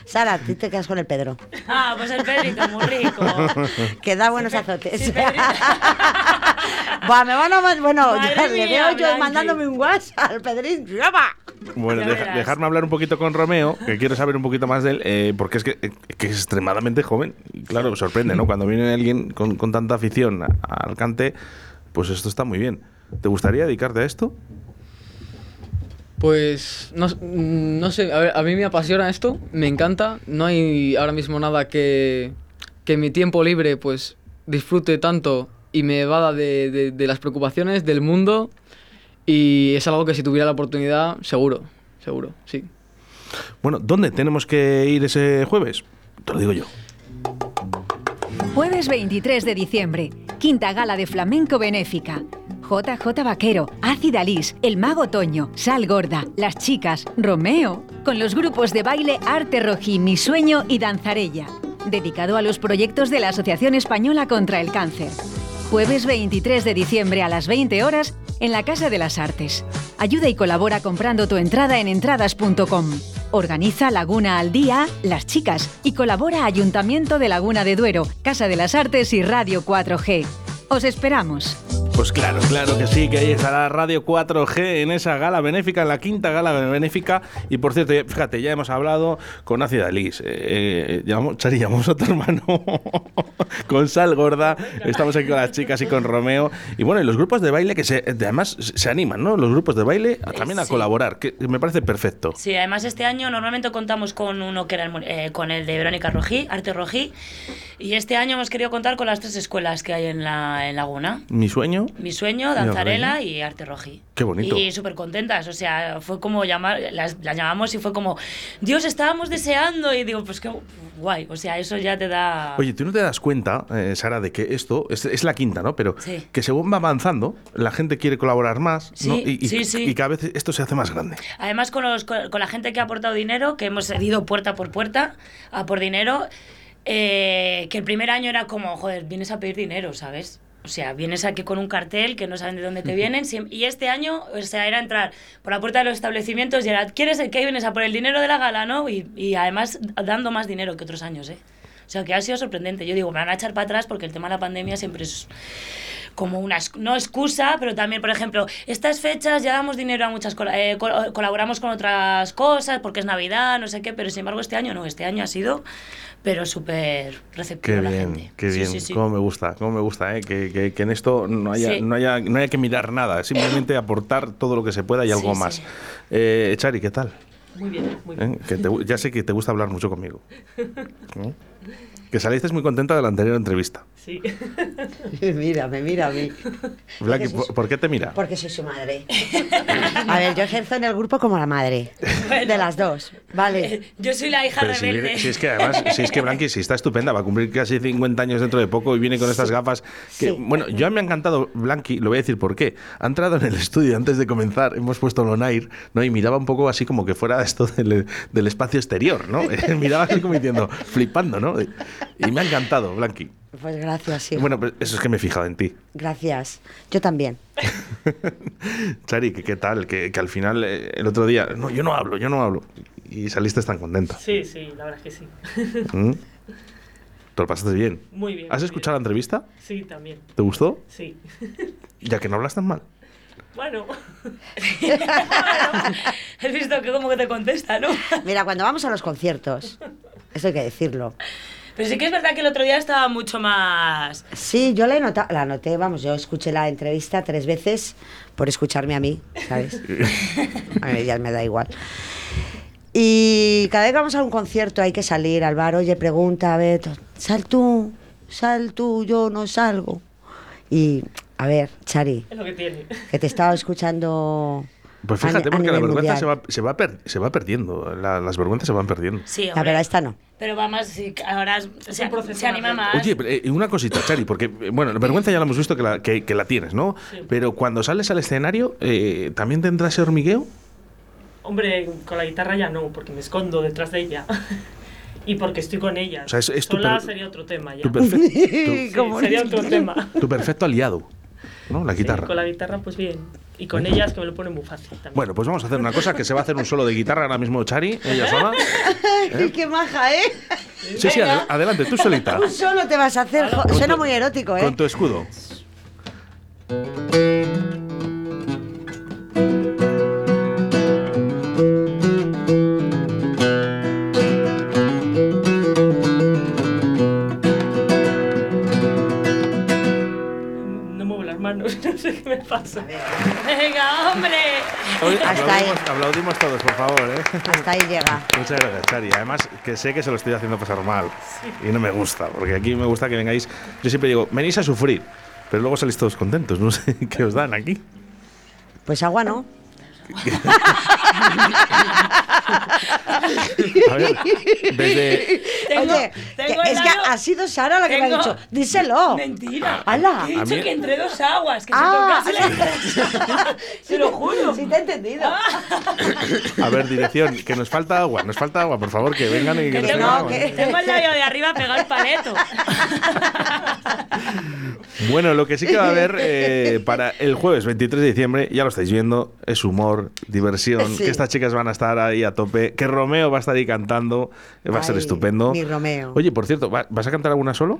S5: Sara, a ti te quedas con el Pedro.
S3: Ah, pues el Pedrito, muy rico.
S5: [laughs] Que da buenos azotes.
S3: sí, Pedrito.
S5: Buah, me van a man- bueno,
S3: Madre
S5: ya le
S3: mía,
S5: veo yo
S3: Blanqui.
S5: mandándome un WhatsApp al Pedrín. ¡Llama!
S2: [laughs] Bueno,
S5: Ya
S2: deja-
S5: verás.
S2: dejarme hablar un poquito con Romeo, que quiero saber un poquito más de él, eh, porque es que, eh, que es extremadamente joven. Y claro, sorprende, ¿no? Cuando viene alguien con, con tanta afición a- al cante, pues esto está muy bien. ¿Te gustaría dedicarte a esto?
S4: Pues no, s- mm, no sé, a, ver, a mí me apasiona esto, me encanta, no hay ahora mismo nada que, que mi tiempo libre pues disfrute tanto y me evada de, de- de las preocupaciones del mundo y es algo que si tuviera la oportunidad, seguro, seguro, sí.
S2: Bueno, ¿dónde tenemos que ir ese jueves? Te lo digo yo.
S8: Jueves 23 de diciembre, quinta gala de flamenco benéfica. JJ Vaquero, Ácida Lis, El Mago Toño, Sal Gorda, Las Chicas, Romeo, con los grupos de baile Arte Rojí, Mi Sueño y Danzarella, dedicado a los proyectos de la Asociación Española contra el Cáncer. Jueves 23 de diciembre a las 20 horas en la Casa de las Artes. Ayuda y colabora comprando tu entrada en entradas.com. Organiza Laguna al Día, Las Chicas y colabora Ayuntamiento de Laguna de Duero, Casa de las Artes y Radio 4G. Os esperamos.
S2: Pues claro, claro que sí, que ahí estará Radio 4G en esa gala benéfica, en la quinta gala benéfica. Y por cierto, ya- fíjate, ya hemos hablado con Ácida Liz, eh, eh, llamamos- Chari, llamamos a tu hermano, [laughs] con Sal Gorda, estamos aquí con las chicas y con Romeo. Y bueno, y los grupos de baile que se, eh, además se animan, ¿no? Los grupos de baile a- también a
S3: Sí.
S2: colaborar, que me parece perfecto.
S3: Sí, además este año normalmente contamos con uno que era el, mu- eh, con el de Verónica Rojí, Arte Rojí, y este año hemos querido contar con las tres escuelas que hay en la en Laguna.
S2: Mi sueño,
S3: Mi sueño,
S2: Mira,
S3: Danzarela
S2: Belén.
S3: y Arte Rojí.
S2: qué bonito.
S3: Y súper contentas, o sea, fue como llamar, las, las llamamos y fue como, Dios, estábamos deseando, y digo, pues qué guay, o sea, eso ya te da...
S2: Oye, tú no te das cuenta, eh, Sara, de que esto es, es la quinta, ¿no? Pero
S3: Sí.
S2: que según va avanzando, la gente quiere colaborar más ¿no?
S3: Sí,
S2: y, y-
S3: sí, sí.
S2: y cada vez esto se hace más grande.
S3: Además, con, los- con con la gente que ha aportado dinero, que hemos ido puerta por puerta a por dinero, eh, que el primer año era como, joder, vienes a pedir dinero, ¿sabes? O sea, vienes aquí con un cartel que no saben de dónde te vienen. siem- Y este año, o sea, era entrar por la puerta de los establecimientos y era, ¿quieres el que vienes a por el dinero de la gala, no? Y, y además dando más dinero que otros años, ¿eh? O sea, que ha sido sorprendente. Yo digo, me van a echar para atrás porque el tema de la pandemia siempre es como una ex- no excusa, pero también, por ejemplo, estas fechas ya damos dinero a muchas cola- eh, col- colaboramos con otras cosas porque es Navidad, no sé qué, pero sin embargo este año no, este año ha sido pero súper receptivo
S2: Qué
S3: la
S2: bien,
S3: gente.
S2: qué
S3: Sí,
S2: bien.
S3: sí, sí.
S2: Cómo me gusta, cómo me gusta, ¿eh? que, que- que en esto no haya,
S3: Sí.
S2: no, haya, no haya que mirar nada, simplemente aportar todo lo que se pueda y
S3: Sí,
S2: algo
S3: sí.
S2: más. Eh, Chari, ¿qué tal?
S13: Muy bien, muy bien.
S2: ¿Eh? Que te gu- ya sé que te gusta hablar mucho conmigo. ¿Eh? Que saliste muy contenta de la anterior entrevista.
S13: Sí.
S5: Me mira, me mira a mí.
S2: Blacky, ¿por, por qué te mira?
S5: Porque soy su
S3: [laughs]
S5: madre. A ver, yo ejerzo en el grupo como la madre. De las dos.
S3: [laughs]
S5: Vale.
S3: Yo soy la hija
S2: Pero si,
S3: rebelde. [laughs]
S2: viene- si es que además, si es que Blanqui sí está estupenda, va a cumplir casi 50 años dentro de poco y viene con estas gafas. Que, Bueno, yo me ha encantado Blanqui, lo voy a decir por qué. Ha entrado en el estudio antes de comenzar, hemos puesto el air, ¿no? Y miraba un poco así como que fuera esto del, del espacio exterior, ¿no? [laughs] miraba así como diciendo, flipando, ¿no? Y me ha encantado, Blanqui.
S5: Pues gracias, sí.
S2: Bueno, pues eso es que me he fijado en ti.
S5: Gracias. Yo también.
S2: Chari, que qué tal? Que, que al final, eh, el otro día, no, yo no hablo, yo no hablo. Y saliste tan contenta.
S13: [laughs] Sí, sí, la verdad es que sí. [laughs]
S2: ¿Mm? ¿Te lo pasaste bien?
S13: Muy bien,
S2: ¿Has
S13: muy
S2: escuchado la entrevista?
S13: Sí, también.
S2: ¿Te gustó?
S13: Sí. [laughs]
S2: Ya que no hablas tan mal.
S13: Bueno. [laughs]
S3: Has visto que como que te contesta, ¿no?
S5: Mira, cuando vamos a los conciertos, eso hay que decirlo.
S3: Pero sí que es verdad que el otro día estaba mucho más...
S5: Sí, yo la, he nota- la noté, vamos, yo escuché la entrevista tres veces por escucharme a mí, [laughs] ¿sabes? A mí ya me da igual. Y cada vez que vamos a un concierto hay que salir al bar, oye, pregunta, a ver, to- sal tú, sal tú, yo no salgo. Y, a ver, Chari,
S13: Es lo que tiene.
S5: que te estaba escuchando...
S2: Pues
S5: a
S2: fíjate,
S5: ni- a
S2: porque la
S5: nivel
S2: vergüenza
S5: mundial.
S2: se va, se, va per- se va perdiendo. la- las vergüenzas se van perdiendo.
S3: Sí,
S5: La
S3: hombre,
S5: verdad, esta no.
S3: pero va más... sí, ahora es- se, se anima
S13: Ah,
S3: más.
S2: Oye, pero, eh, una cosita, Chari, porque, eh, bueno, la vergüenza ya la hemos visto que la, que, que la tienes, ¿no? Pero cuando sales al escenario, eh, ¿también tendrás ese hormigueo?
S13: Hombre, con la guitarra ya no, porque me escondo detrás de ella. [laughs] y porque estoy con ella.
S2: O sea, es- es tu
S13: Sola
S2: per-
S13: sería otro tema ya.
S2: tu perfecto- tu-
S13: [laughs] Sí, sería otro [laughs] tema.
S2: Tu perfecto aliado, ¿no? La
S13: Sí,
S2: guitarra.
S13: con la guitarra, pues bien. Y con
S2: ¿Eh?
S13: ella es que me lo pone muy fácil también.
S2: Bueno, pues vamos a hacer una cosa, que se va a hacer un solo de guitarra ahora mismo, Chari, ella
S13: [laughs]
S2: sola.
S5: Ay, qué maja, ¿eh?
S2: Sí, sí, ad- adelante, tú solita.
S5: Un solo te vas a hacer, jo-
S2: Con
S5: suena
S2: tu-
S5: muy erótico, ¿eh?
S2: Con tu escudo.
S13: No muevo las manos, [laughs] no sé qué me pasa.
S3: Venga, hombre.
S2: aplaudimos, aplaudimos todos, por favor. ¿eh?
S5: Hasta ahí llega.
S2: Muchas gracias, Chari. Además, que sé que se lo estoy haciendo pasar mal.
S13: Sí.
S2: Y no me gusta, porque aquí me gusta que vengáis. Yo siempre digo, venís a sufrir, pero luego salís todos contentos. No sé [laughs] qué os dan aquí.
S5: Pues agua no.
S2: A ver, desde-
S3: Tengo-
S5: Oye,
S3: tengo
S5: que- es que
S3: helado.
S5: ha sido Sara la que me ha
S3: Tengo-
S5: dicho. Díselo.
S3: Mentira.
S5: ¡Hala!
S3: He dicho
S2: mí-
S3: que entre dos aguas, que
S5: Ah,
S3: se tocase la Se lo juro.
S5: [laughs]
S3: Ah,
S5: Sí, te he entendido.
S2: a ver, dirección, que nos falta agua, nos falta agua, por favor, que vengan y que
S3: Que
S2: nos den
S3: tengo,
S2: agua.
S3: tengo el labio de arriba pegado al paleto.
S2: Bueno, lo que sí que va a haber eh, para el jueves 23 de diciembre, ya lo estáis viendo, es humor, diversión,
S5: Sí.
S2: que estas chicas van a estar ahí a tope, que Romeo va a estar ahí cantando, eh, va a ser
S5: Ay,
S2: estupendo.
S5: mi Romeo.
S2: Oye, por cierto, ¿va- ¿vas a cantar alguna solo?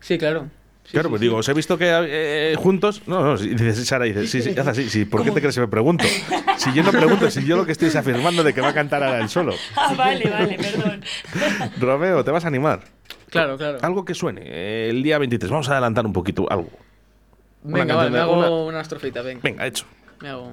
S4: Sí, claro.
S2: claro, pues digo, os he visto que eh, juntos. No, no, sí, dices, Sara dice, sí, sí, haz así, sí, ¿por qué te crees que me pregunto? Si yo no pregunto, si yo lo que estoy es afirmando de que va a cantar ahora el solo.
S3: Ah, vale, vale, perdón.
S2: Romeo, ¿te vas a animar?
S4: Claro, claro.
S2: Algo que suene eh, el día 23. Vamos a adelantar un poquito, algo. Una
S4: Venga, vale,
S2: canción
S4: me
S2: de-
S4: hago
S2: una-
S4: una, estrofita, venga.
S2: Venga, hecho.
S4: Me hago.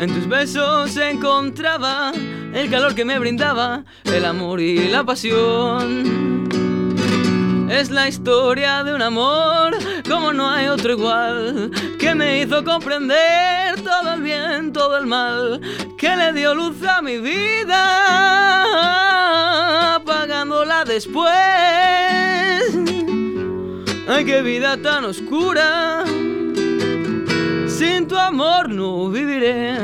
S4: En tus besos encontraba el calor que me brindaba, el amor y la pasión. Es la historia de un amor como no hay otro igual, que me hizo comprender todo el bien, todo el mal, que le dio luz a mi vida, apagándola después. Ay, qué vida tan oscura, sin tu amor no viviré.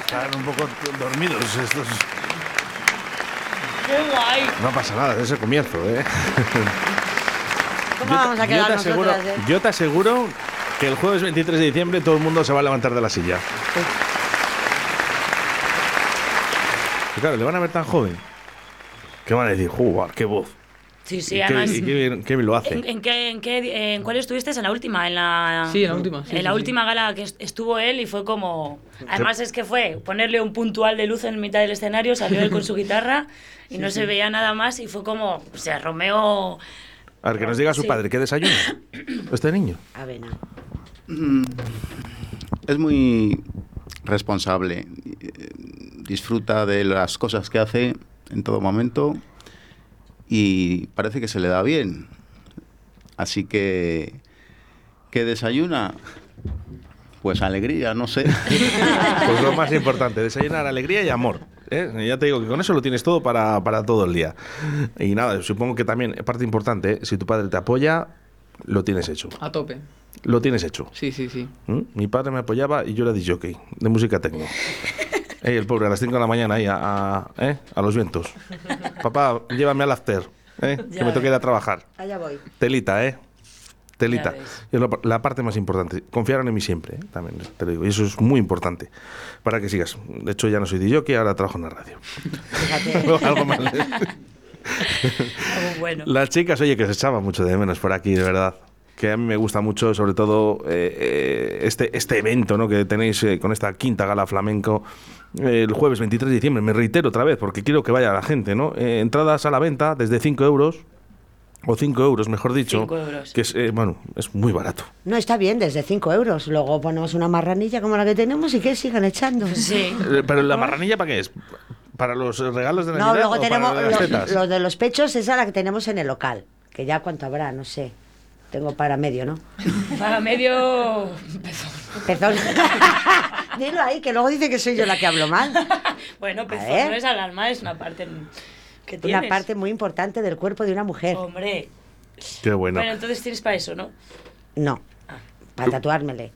S2: Están un poco dormidos estos.
S3: ¡Qué guay!
S2: No pasa nada, es el comienzo, ¿eh? [laughs]
S5: ¿Cómo vamos a quedar
S2: te aseguro,
S5: nosotras, eh?
S2: yo te aseguro que el jueves 23 de diciembre todo el mundo se va a levantar de la silla. Y claro, le van a ver tan joven. ¿Qué van a decir? ¡Jugar, qué voz!
S3: Sí,
S2: y
S3: sí,
S2: qué-
S3: además.
S2: y qué bien- qué bien lo hace.
S3: ¿En, en qué, en, qué- en cuál estuviste? ¿En la última? En la,
S4: Sí, en la última, sí,
S3: en
S4: sí,
S3: la
S4: sí.
S3: última gala que est- estuvo él y fue como... Además es que fue ponerle un puntual de luz en mitad del escenario, salió él con su guitarra y no se veía nada más y fue como... O sea, Romeo...
S2: A ver, que nos diga su
S3: Sí.
S2: padre, ¿qué desayuno?
S3: [coughs]
S2: Este niño.
S5: Avena.
S14: Mm, Es muy responsable. eh, Disfruta de las cosas que hace en todo momento y parece que se le da bien. Así que, ¿qué desayuna? Pues alegría, no sé.
S2: [laughs] Pues lo más importante, desayunar alegría y amor. ¿eh? Ya te digo que con eso lo tienes todo para, para todo el día. Y nada, supongo que también, parte importante, ¿eh? si tu padre te apoya, lo tienes hecho.
S4: A tope.
S2: Lo tienes hecho.
S4: Sí, sí, sí.
S2: ¿Mm? Mi padre me apoyaba y yo era DJ de música
S5: [laughs]
S2: tecno. Ey, el pobre a las 5 de la mañana ahí a, a- ¿eh? a los vientos. Papá, llévame al after,
S5: [laughs]
S2: ¿eh? que
S5: Ya
S2: me toque ir
S5: ves.
S2: a trabajar.
S5: Allá voy.
S2: Telita, ¿eh? Telita.
S5: Ya ves.
S2: Es la, pa- la parte más importante. Confiaron en mí siempre, ¿eh? también te lo digo. Y eso es muy importante para que sigas. De hecho, ya no soy DJ, que ahora trabajo en la radio.
S3: Fíjate.
S2: [laughs] Algo mal. ¿eh?
S3: Como bueno.
S2: Las chicas, oye, que se echaban mucho de menos por aquí, de verdad. Que a mí me gusta mucho, sobre todo, eh, eh, este, este evento ¿no? que tenéis eh, con esta quinta gala flamenco eh, el jueves 23 de diciembre. Me reitero otra vez, porque quiero que vaya la gente, ¿no? Eh, entradas a la venta desde 5 euros, o 5 euros, mejor dicho.
S5: Cinco euros.
S2: Que es, eh, bueno, es muy barato.
S5: No, está bien, desde 5 euros. Luego ponemos una marranilla como la que tenemos y que sigan echando.
S3: Sí.
S2: Eh, Pero la marranilla, ¿para qué es? ¿Para los regalos de Navidad
S5: No, luego
S2: o para
S5: tenemos
S2: las
S5: los,
S2: tetas?
S5: los de los pechos, esa la que tenemos en el local. Que ya cuánto habrá, no sé. Tengo para medio, ¿no?
S3: Para medio...
S5: Perdón. [laughs] Dilo ahí, que luego dice que soy yo la que hablo mal.
S3: Bueno, pues
S5: ver.
S3: no es alarma, es una parte que tienes. Oh.
S5: Una parte muy importante del cuerpo de una mujer.
S3: Hombre.
S2: Qué bueno.
S3: Bueno, entonces tienes para eso,
S5: [laughs]
S3: ¿no?
S5: No. Para
S2: [laughs]
S5: tatuármele.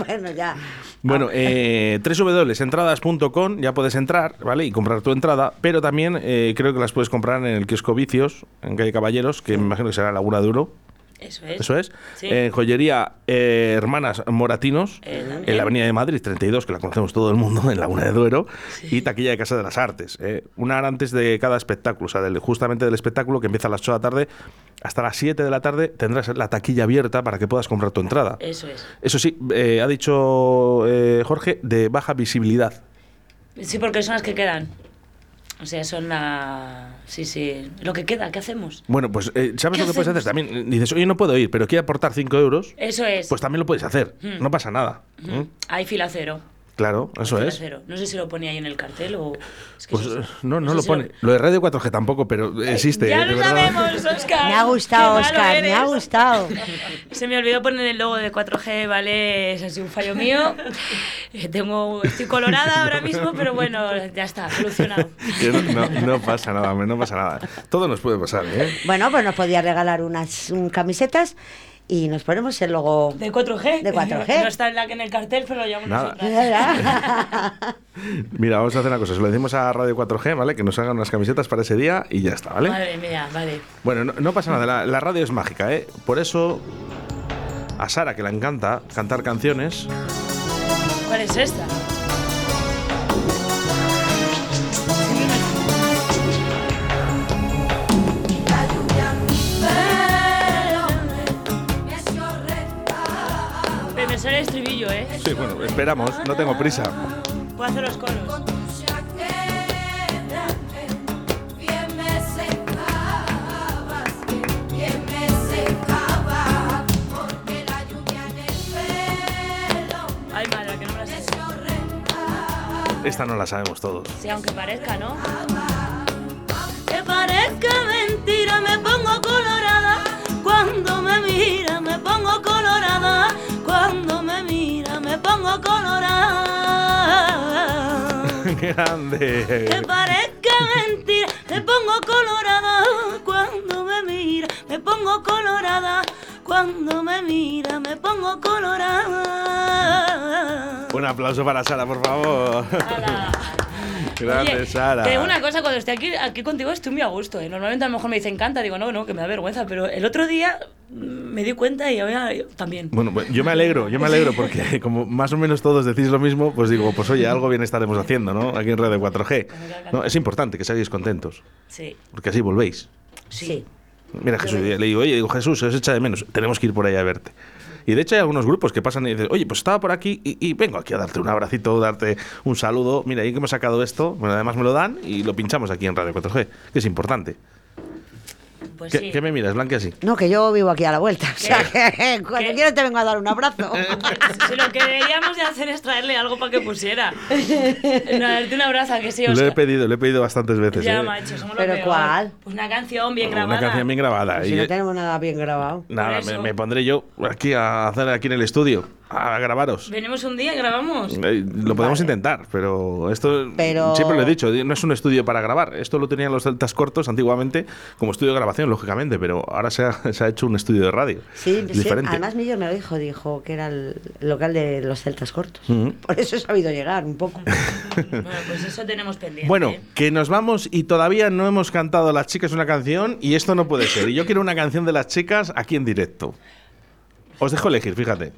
S5: bueno, ya.
S2: Bueno, eh, www.entradas.com ya puedes entrar, ¿vale? Y comprar tu entrada, pero también eh, creo que las puedes comprar en el kiosco Vicios, en calle Caballeros, que me imagino que será Laguna de Oro,
S3: Eso es.
S2: eso es.
S3: Sí.
S2: En joyería eh, Hermanas Moratinos,
S3: Eh,
S2: en la Avenida de Madrid 32, que la conocemos todo el mundo, [laughs] en Laguna de Duero, y taquilla de Casa de las Artes. eh, una hora antes de cada espectáculo, o sea, del- justamente del espectáculo que empieza a las 8 de la tarde, hasta las 7 de la tarde tendrás la taquilla abierta para que puedas comprar tu entrada.
S3: Eso es.
S2: Eso sí, eh, ha dicho eh, Jorge, de baja visibilidad.
S3: Sí, porque son las que quedan. O sea, son la... Sí, sí. Lo que queda, ¿qué hacemos?
S2: Bueno, pues eh, ¿sabes
S3: ¿Qué
S2: lo que puedes
S3: hacemos?
S2: hacer? También eh, dices, oye, no puedo ir, pero quiero aportar 5 euros.
S3: Eso es.
S2: Pues también lo puedes hacer.
S3: Mm.
S2: No pasa nada.
S3: Mm.
S2: ¿Mm?
S3: Hay fila cero.
S2: Claro, eso
S3: fila
S2: es.
S3: cero. No sé si lo ponía ahí en el cartel
S5: [laughs]
S3: o... Es que
S2: Pues
S3: eso
S2: eh,
S3: es-
S2: no, no
S3: sé
S2: lo
S3: si
S2: pone. Lo de Radio 4G tampoco, pero existe.
S3: Ya
S2: eh, de
S3: lo
S2: verdad.
S3: sabemos, Oscar.
S5: Me ha gustado,
S3: Qué malo
S5: Oscar, me ha
S3: eres.
S5: gustado.
S3: [laughs] Se me olvidó poner el logo de 4G, ¿vale? Es así un fallo mío. Eh, Tengo, estoy colorada ahora mismo, pero bueno, ya está, solucionado.
S2: Que no, no- no pasa nada, hombre, no pasa nada. Todo nos puede pasar, ¿eh?
S5: Bueno, pues nos podía regalar unas mm, camisetas y nos ponemos el logo.
S3: ¿De 4G?
S5: De 4G.
S3: No está en, la, en el cartel, pero lo llevamos
S2: Nada. Mira, vamos a hacer una cosa. Se lo decimos a Radio 4G, ¿vale? Que nos hagan unas camisetas para ese día y ya está, ¿vale?
S3: Madre mía, vale.
S2: Bueno, no, no pasa nada, la, la radio es mágica, ¿eh? Por eso a Sara, que le encanta cantar canciones,
S3: ¿Cuál es esta? Pero me sale el estribillo, ¿eh?
S2: sí, bueno, esperamos, no tengo prisa.
S3: Puedo hacer los coros. Ay, madre, que no me la sé.
S2: Esta no la sabemos todos. [laughs]
S3: Sí, aunque parezca, ¿no? Que parezca mentira, me pongo colorada. Cuando me mira, me pongo colorada. Cuando me mira, me pongo colorada.
S2: ¡Qué
S3: Que
S2: grande!
S3: parezca mentira, me pongo colorada. Cuando me mira, me pongo colorada. Cuando me mira, me pongo colorada.
S2: Un aplauso para Sara, por favor. Grande,
S3: Oye,
S2: Sara.
S3: Te digo una cosa, cuando estoy aquí, aquí contigo estoy muy a gusto. ¿eh? Normalmente a lo mejor me dicen canta, digo no, no, que me da vergüenza, pero el otro día mm, me di cuenta y ahora yo también.
S2: Bueno, pues yo me alegro, yo me alegro porque [laughs] como más o menos todos decís lo mismo, pues digo, pues oye, algo bien estaremos haciendo, ¿no? Aquí en Radio 4G. No, es importante que salgáis contentos,
S3: Sí,
S2: porque así volvéis.
S3: sí.
S2: Mira, Jesús, le digo, oye, digo, Jesús, se os echa de menos, tenemos que ir por ahí a verte. Y de hecho hay algunos grupos que pasan y dicen, oye, pues estaba por aquí y, y vengo aquí a darte un abracito, darte un saludo. Mira, ahí que hemos sacado esto, bueno, además me lo dan y lo pinchamos aquí en Radio 4G, que es importante.
S3: Pues
S2: ¿Qué,
S3: sí.
S2: qué me miras, Blanque, así?
S5: No, que yo vivo aquí a la vuelta.
S3: [laughs]
S5: O sea, [laughs] que Eh, cuando quieras te vengo a dar un abrazo.
S3: Si lo que deberíamos de hacer es traerle algo para que
S5: [laughs]
S3: pusiera. No, darte una abraza, que sí,
S2: Lo he
S3: Oscar.
S2: pedido, lo he pedido bastantes veces.
S3: Ya,
S2: ¿eh?
S3: macho, somos lo
S5: ¿Pero
S3: peor.
S5: cuál?
S3: Pues una canción bien
S2: Una
S3: grabada.
S2: canción bien grabada.
S5: Pues Si
S2: y-
S5: no tenemos nada bien grabado.
S2: Nada,
S3: Por
S2: me,
S3: eso.
S2: me pondré yo aquí a hacer aquí en el estudio, a grabaros.
S3: Venimos un día y grabamos.
S2: Eh, Lo podemos intentar, pero esto
S3: Pero-
S2: siempre lo he dicho, no es un estudio para grabar. Esto lo tenían los celtas cortos antiguamente como estudio de grabación, lógicamente, pero ahora se ha, se ha hecho un estudio de radio.
S5: Sí, sí,
S2: diferente.
S5: además Millos me lo dijo, dijo que era el local de los celtas cortos.
S2: Ujú.
S5: Por eso he sabido llegar un poco.
S3: [laughs] Bueno, pues eso tenemos pendiente.
S2: Bueno, que nos vamos y todavía no hemos cantado las chicas una canción y esto no puede ser. Y yo quiero una canción de las chicas aquí en directo. Os dejo elegir, fíjate.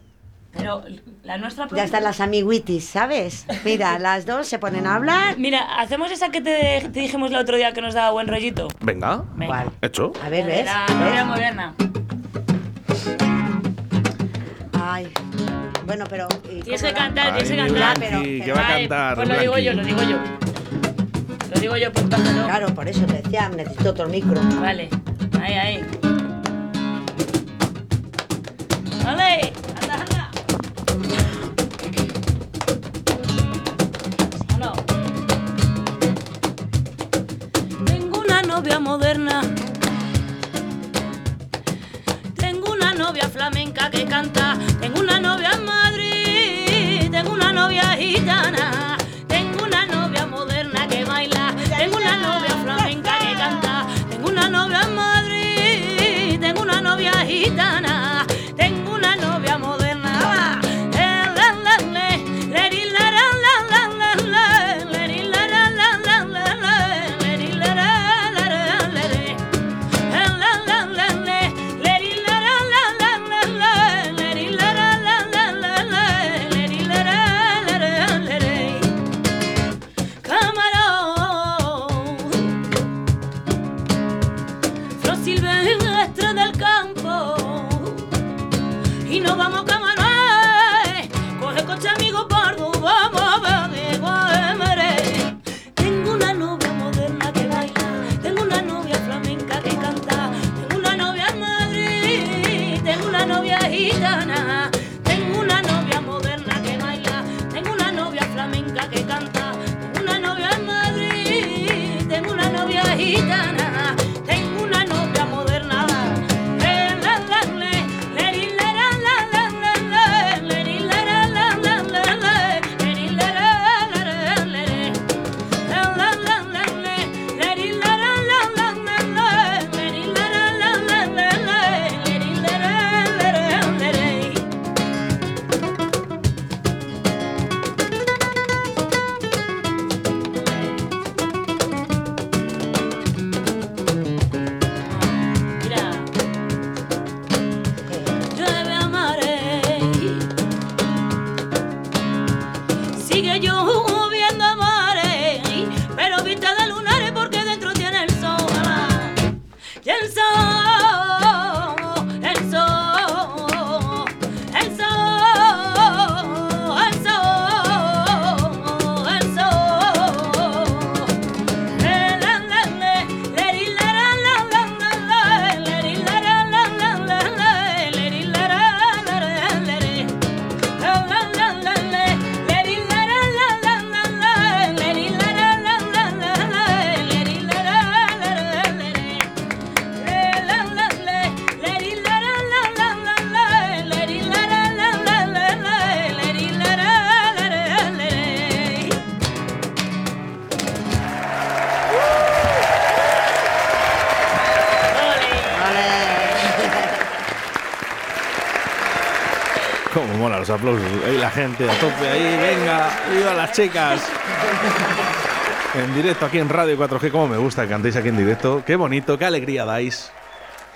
S3: Pero la nuestra
S5: Ya están las amiguitis, ¿sabes? Mira, las dos se ponen a hablar.
S3: Mira, hacemos esa que te, te dijimos el otro día que nos daba buen rollito.
S2: Venga.
S3: Venga.
S2: Hecho.
S5: A ver, ¿ves?
S3: Era, era moderna.
S5: Ay. Bueno, pero. ¿y
S3: Tienes
S5: cómo
S3: que
S5: la-
S3: cantar, tienes que
S2: Ay,
S3: cantar.
S2: Blanqui, que va a
S3: Ay,
S2: cantar,
S3: Pues lo digo
S2: Blanqui.
S3: yo, lo digo yo. Lo digo yo, pues bájalo.
S5: Claro, por eso te decía, necesito otro micro.
S3: Vale. Ahí, ahí. Vale. Anda, anda. Hola. Tengo una novia moderna. Tengo una novia flamenca que canta. Tengo una novia en Madrid. Tengo una novia gitana. Tengo una novia moderna que baila. Tengo una novia flamenca que canta. Tengo una novia en Madrid. Tengo una novia gitana. Tengo una novia moderna. ¡Ah! Eh, la, la, le, le, di, la, la, la, la, la, la, le, di, la, la, la, la, la, la, le, di, la, la, la, la, la, le. Eh, la, la, la, le, le, di, la, la, la, la, la, la, le, di, la, la, la, la, la, la, le, di, la, la, la, la, la, le. Camarón Flor silvestre del campo Y nos vamos camarón Coge coche amigo pardo Vamos a ver de Guaymaré. Tengo una novia moderna
S2: Cómo mola los aplausos. Ahí la gente a tope, ahí, venga, viva las chicas. En directo aquí en Radio 4G, cómo me gusta que cantéis aquí en directo. Qué bonito, qué alegría dais.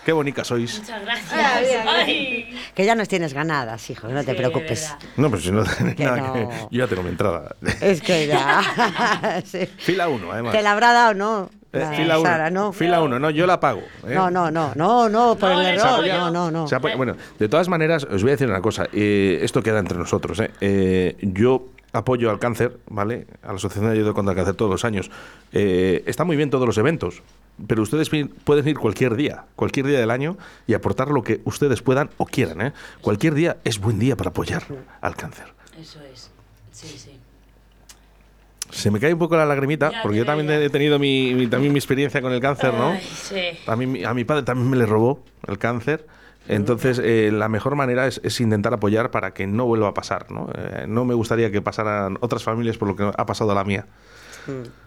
S2: Qué bonita sois.
S3: Muchas gracias. Ay.
S5: Que ya nos tienes ganadas, hijo, no te
S3: Sí,
S5: preocupes.
S2: No, pero si no tenéis
S5: Que
S2: nada
S5: no.
S2: que. Yo ya tengo mi entrada. [laughs]
S5: Es
S3: [laughs]
S5: que ya. [laughs] sí.
S2: Fila 1, además.
S5: ¿Te la habrá dado no?
S2: Eh,
S5: la
S2: fila 1.
S5: Sara, no.
S2: Fila 1, no, yo la pago. ¿eh?
S5: No, no, no, no, no, por el
S2: Se
S5: error.
S2: apoya.
S5: No, no, no.
S2: Se apoya. Bueno, de todas maneras, os voy a decir una cosa. eh, esto queda entre nosotros. ¿eh? Eh, yo apoyo al cáncer, ¿vale? A la Asociación de Ayuda contra el Cáncer todos los años. Eh, está muy bien todos los eventos, pero ustedes pi- pueden ir cualquier día, cualquier día del año y aportar lo que ustedes puedan o quieran. ¿eh? Cualquier día es buen día para apoyar al cáncer.
S3: Eso es. Sí, sí.
S2: Se me cae un poco la lagrimita,
S3: Ya
S2: porque
S3: te
S2: yo también he tenido mi, mi- también mi experiencia con el cáncer, ¿no?
S3: Ay, sí.
S2: A mí- a mi padre también me le robó el cáncer. Entonces, eh, la mejor manera es, es intentar apoyar para que no vuelva a pasar. ¿no? Eh, no me gustaría que pasaran otras familias por lo que ha pasado a la mía.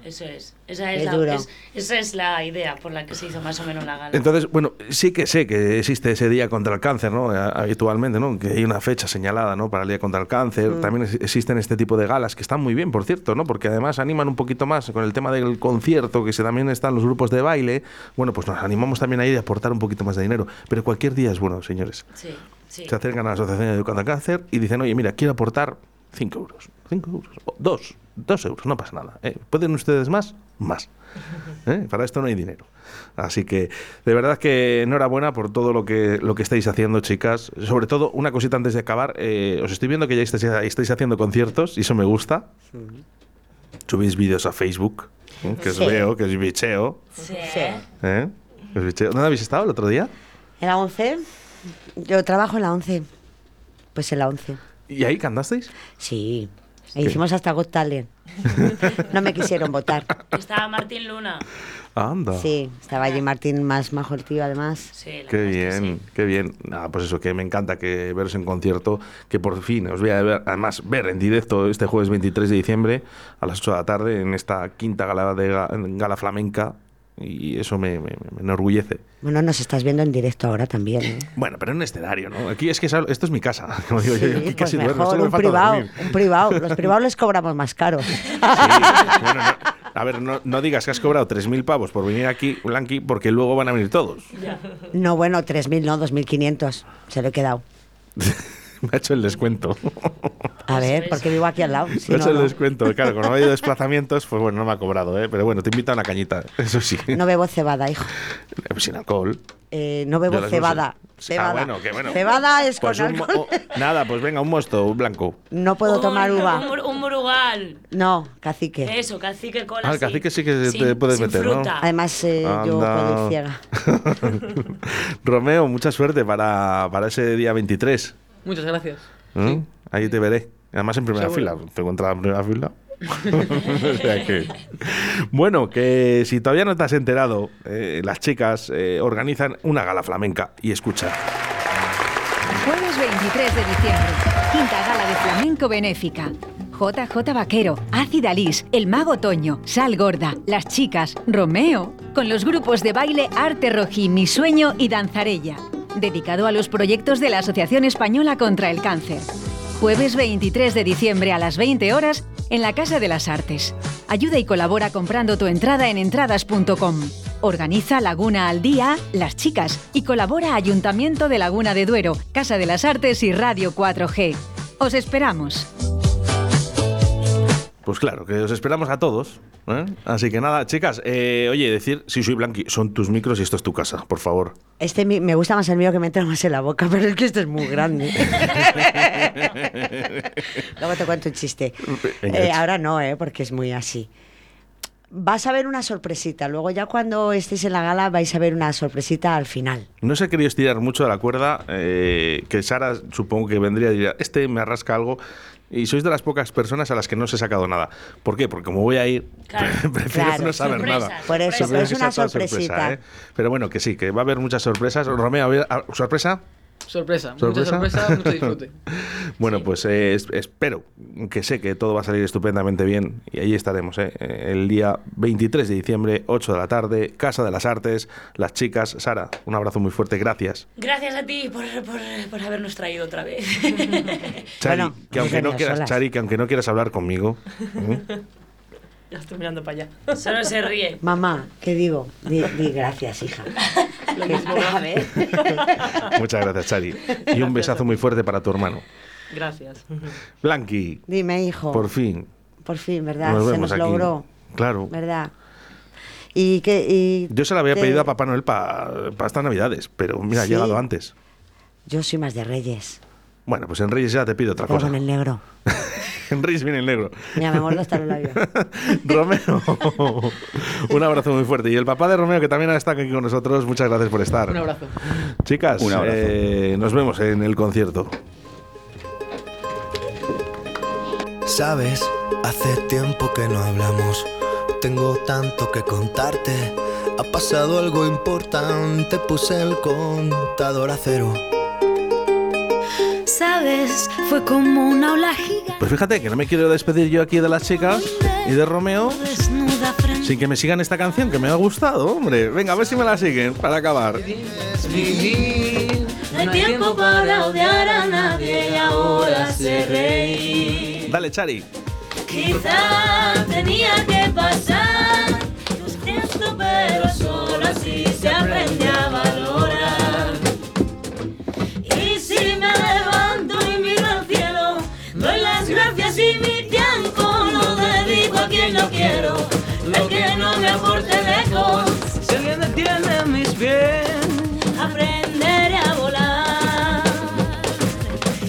S3: Eso es. Esa es,
S5: Es duro.
S3: la, es- esa es la idea por la que se hizo más o menos la gala.
S2: Entonces, bueno, sí que sé que existe ese día contra el cáncer, ¿no? Eh, Habitualmente, ¿no? Que hay una fecha señalada, ¿no? Para el día contra el cáncer.
S5: Mm.
S2: También es- existen este tipo de galas que están muy bien, por cierto, ¿no? Porque además animan un poquito más con el tema del concierto, que se, también están los grupos de baile. Bueno, pues nos animamos también ahí de aportar un poquito más de dinero. Pero cualquier día es bueno, señores.
S3: Sí, sí.
S2: Se acercan a la Asociación Educando al Cáncer y dicen, oye, mira, quiero aportar 5 euros, 5 euros, o 2, 2 euros, no pasa nada. ¿eh? ¿Pueden ustedes más? Más. ¿eh? Para esto no hay dinero. Así que, de verdad que enhorabuena por todo lo que, lo que estáis haciendo, chicas. Sobre todo, una cosita antes de acabar, eh, os estoy viendo que ya estáis, estáis haciendo conciertos y eso me gusta. Subís vídeos a Facebook, ¿eh? que os
S5: Sí.
S2: veo, que os bicheo.
S3: Sí.
S2: ¿eh? Os bicheo. ¿Dónde habéis estado el otro día?
S5: ¿En la 11? Yo trabajo en la 11. Pues en la 11.
S2: ¿Y ahí cantasteis?
S5: Sí. E hicimos hasta Got
S2: [laughs]
S5: Talent. No me quisieron votar.
S3: Estaba Martín Luna.
S2: Anda.
S5: Sí, estaba allí Martín más majo el tío, además.
S3: Sí, la
S2: Qué
S3: verdad es que
S2: bien, qué bien. Nada, pues eso, que me encanta que veros en concierto, que por fin os voy a ver, además ver en directo este jueves 23 de diciembre a las 8 de la tarde en esta quinta gala de ga- gala flamenca y eso me, me- me enorgullece.
S5: Bueno, nos estás viendo en directo ahora también. ¿eh?
S2: Bueno, pero en un escenario, ¿no? Aquí es que sal- esto es mi casa, [laughs] como digo
S5: Sí,
S2: yo, yo aquí
S5: pues
S2: [laughs] casi duermo,
S5: mejor,
S2: solo me
S5: un
S2: falta
S5: privado,
S2: dormir. [laughs]
S5: un privado. Los privados les cobramos más caro.
S2: Bueno, no- a ver, no, no digas que has cobrado 3.000 pavos por venir aquí, Blanqui, porque luego van a venir todos. [laughs]
S5: No, bueno, 3.000, no, 2.500. Se lo he quedado.
S2: Me ha hecho el descuento.
S5: A
S3: Pues
S5: ver, ¿eh? porque vivo aquí al lado.
S2: [laughs]
S5: si
S2: no, Pues
S5: no,
S2: se
S5: no.
S2: les cuento, claro, como no ha habido desplazamientos, pues bueno, no me ha cobrado, ¿eh? Pero bueno, te invito a una cañita, eso sí. pues
S5: No bebo cebada, hijo.
S2: Sin alcohol.
S5: Eh, no
S2: Yo
S5: bebo
S2: las
S5: cebada.
S2: uso.
S5: Cebada.
S2: Ah, bueno, que bueno.
S5: Cebada es
S2: Pues
S5: con
S2: un mo-
S5: alcohol.
S2: oh, nada, pues venga, un mosto, un blanco.
S5: No puedo
S3: Un-
S5: tomar
S3: Un,
S5: uva.
S3: mur- un murugal.
S5: No, cacique.
S3: Eso, cacique cola.
S2: Ah, el
S3: sí.
S2: cacique sí que
S3: Sin-
S2: te puedes
S3: sin
S2: meter,
S3: fruta.
S2: [laughs]
S5: Además, eh, yo
S2: Anda.
S5: puedo ir ciega.
S2: ¿no? Romeo, mucha suerte para, para ese día 23.
S4: Muchas
S2: [laughs]
S4: gracias.
S2: ¿eh? Ahí te veré. Además, en primera
S4: Seguro.
S2: fila. Te encuentras en primera fila.
S3: [laughs]
S2: [laughs] O sea que- Bueno, que si todavía no te has enterado, eh, las chicas eh, organizan una gala flamenca. Y escucha.
S8: Jueves 23 de diciembre, quinta gala de flamenco benéfica. JJ Vaquero, Ácida Lis, El Mago Toño, Sal Gorda, Las Chicas, Romeo, con los grupos de baile Arte Rojí, Mi Sueño y Danzarella, dedicado a los proyectos de la Asociación Española contra el Cáncer. Jueves 23 de diciembre a las 20 horas en la Casa de las Artes. Ayuda y colabora comprando tu entrada en entradas.com. Organiza Laguna al Día, Las Chicas y colabora Ayuntamiento de Laguna de Duero, Casa de las Artes y Radio 4G. Os esperamos.
S2: Pues claro, que os esperamos a todos. ¿eh? Así que nada, chicas, eh, oye, decir, si soy Blanqui, son tus micros y esto es tu casa, por favor.
S5: Este mi- me gusta más el mío que me entra más en la boca, [laughs] pero es que este es muy grande. Luego te cuento un chiste.
S2: Venga,
S5: Eh,
S2: echa.
S5: ahora no, eh, porque es muy así. Vas a ver una sorpresita. Luego ya cuando estéis en la gala vais a ver una sorpresita al final.
S2: No se ha querido estirar mucho de la cuerda, eh, que Sara supongo que vendría y diría, este me arrasca algo. Y sois de las pocas personas a las que no os he sacado nada. ¿Por qué? Porque como voy a ir,
S5: [laughs]
S2: prefiero
S5: Claro,
S2: no saber
S5: sorpresa,
S2: nada.
S5: Por eso,
S2: Prefiero
S5: es
S2: que
S5: una
S2: sea toda sorpresa,
S5: sorpresita.
S2: ¿eh? Pero bueno, que sí, que va a haber muchas sorpresas. Romeo, a ver, a- ah, ¿sorpresa?
S4: Sorpresa,
S2: ¿Sorpresa? [laughs]
S4: mucha sorpresa, mucho disfrute.
S2: Bueno, pues eh, es- espero que sé que todo va a salir estupendamente bien y ahí estaremos, ¿eh? Eh, El día 23 de diciembre, 8 de la tarde, Casa de las Artes, las chicas. Sara, un abrazo muy fuerte, gracias.
S3: Gracias a ti por, por, por habernos traído otra vez. [laughs]
S2: Chari,
S3: Bueno,
S2: que
S3: no
S2: aunque no
S3: quería
S2: quieras,
S3: solas.
S2: Chari, que aunque no quieras hablar conmigo, ¿eh?
S13: Ya estoy mirando para allá.
S3: Solo se ríe.
S5: Mamá, ¿qué digo? Di, di gracias, hija.
S13: Lo [laughs]
S5: Que-
S13: mismo.
S5: a ver.
S2: muchas gracias, Chari. Y un besazo muy fuerte para tu hermano.
S13: Gracias.
S2: Blanqui,
S5: Dime, hijo.
S2: por fin,
S5: Por fin, ¿verdad?
S2: nos
S5: Se
S2: vemos
S5: nos
S2: aquí.
S5: logró,
S2: Claro.
S5: ¿verdad? Y que y
S2: Yo se la había
S5: te-
S2: pedido a Papá Noel para estas Navidades, pero mira, ha
S5: Sí.
S2: llegado antes.
S5: yo soy más de Reyes.
S2: Bueno, pues en Reyes ya te pido otra
S5: Pero
S2: cosa.
S5: con el negro.
S2: En Reyes viene el negro.
S5: Mira, me muerdo hasta los labios.
S2: [laughs] Romeo, un abrazo muy fuerte. Y el papá de Romeo, que también está aquí con nosotros, muchas gracias por estar.
S4: Un abrazo.
S2: Chicas,
S14: Un abrazo.
S2: eh, nos vemos en el concierto.
S6: Sabes, hace tiempo que no hablamos. Tengo tanto que contarte. Ha pasado algo importante. Puse el contador a cero.
S15: Sabes, fue como una ola gigante
S2: Pues fíjate que no me quiero despedir yo aquí de las chicas y de Romeo
S15: desnuda frente
S2: sin que me sigan esta canción que me ha gustado, hombre. Venga, a ver si me la siguen para acabar.
S15: No hay tiempo para odiar a nadie y ahora se reír.
S2: Dale, Chari.
S15: Quizá tenía que pasar tus gestos, pero solo así se aprende a valorar. Y si me levanto y miro al cielo, doy las gracias y mi tiempo lo dedico a quien yo quiero, el que no me aporte lejos. Si alguien detiene mis bienes, aprenderé a volar.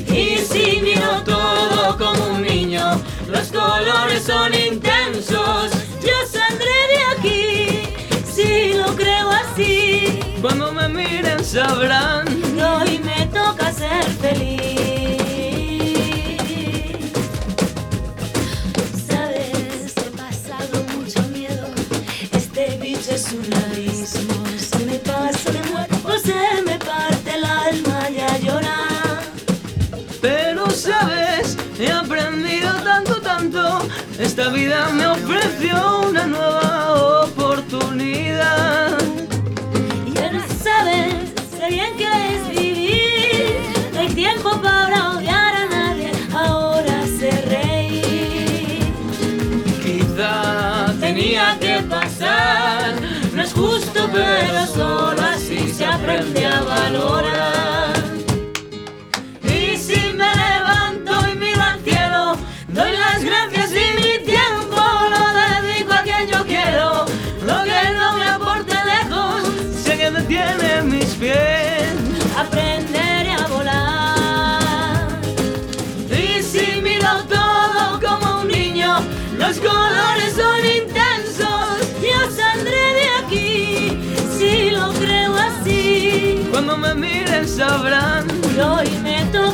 S15: Y si miro todo como un niño, los colores son intensos. Yo saldré de aquí, si lo creo así. Cuando me miren sabrán que hoy me toca ser feliz. Sabes, he pasado mucho miedo. Este bicho es un abismo. Se me pasa, me muero o se me parte el alma y a llorar.
S16: Pero sabes, he aprendido tanto, tanto. Esta vida me ofreció una nueva oportunidad.
S15: Y ahora sabes, sé bien que es vivir. No hay tiempo para odiar a nadie, ahora sé reír.
S16: Quizá tenía que pasar, no es justo, pero solo así se aprende a valorar.
S15: Y si me levanto y miro al cielo, doy las gracias y mi tiempo lo dedico a quien yo quiero. Lo que no me aporte lejos,
S16: Sé que detiene mis pies.
S15: aprenderé a volar. Y si miro todo como un niño, los colores son intensos. Yo saldré de aquí si lo creo así.
S16: Cuando me miren sabrán
S15: Y hoy me toca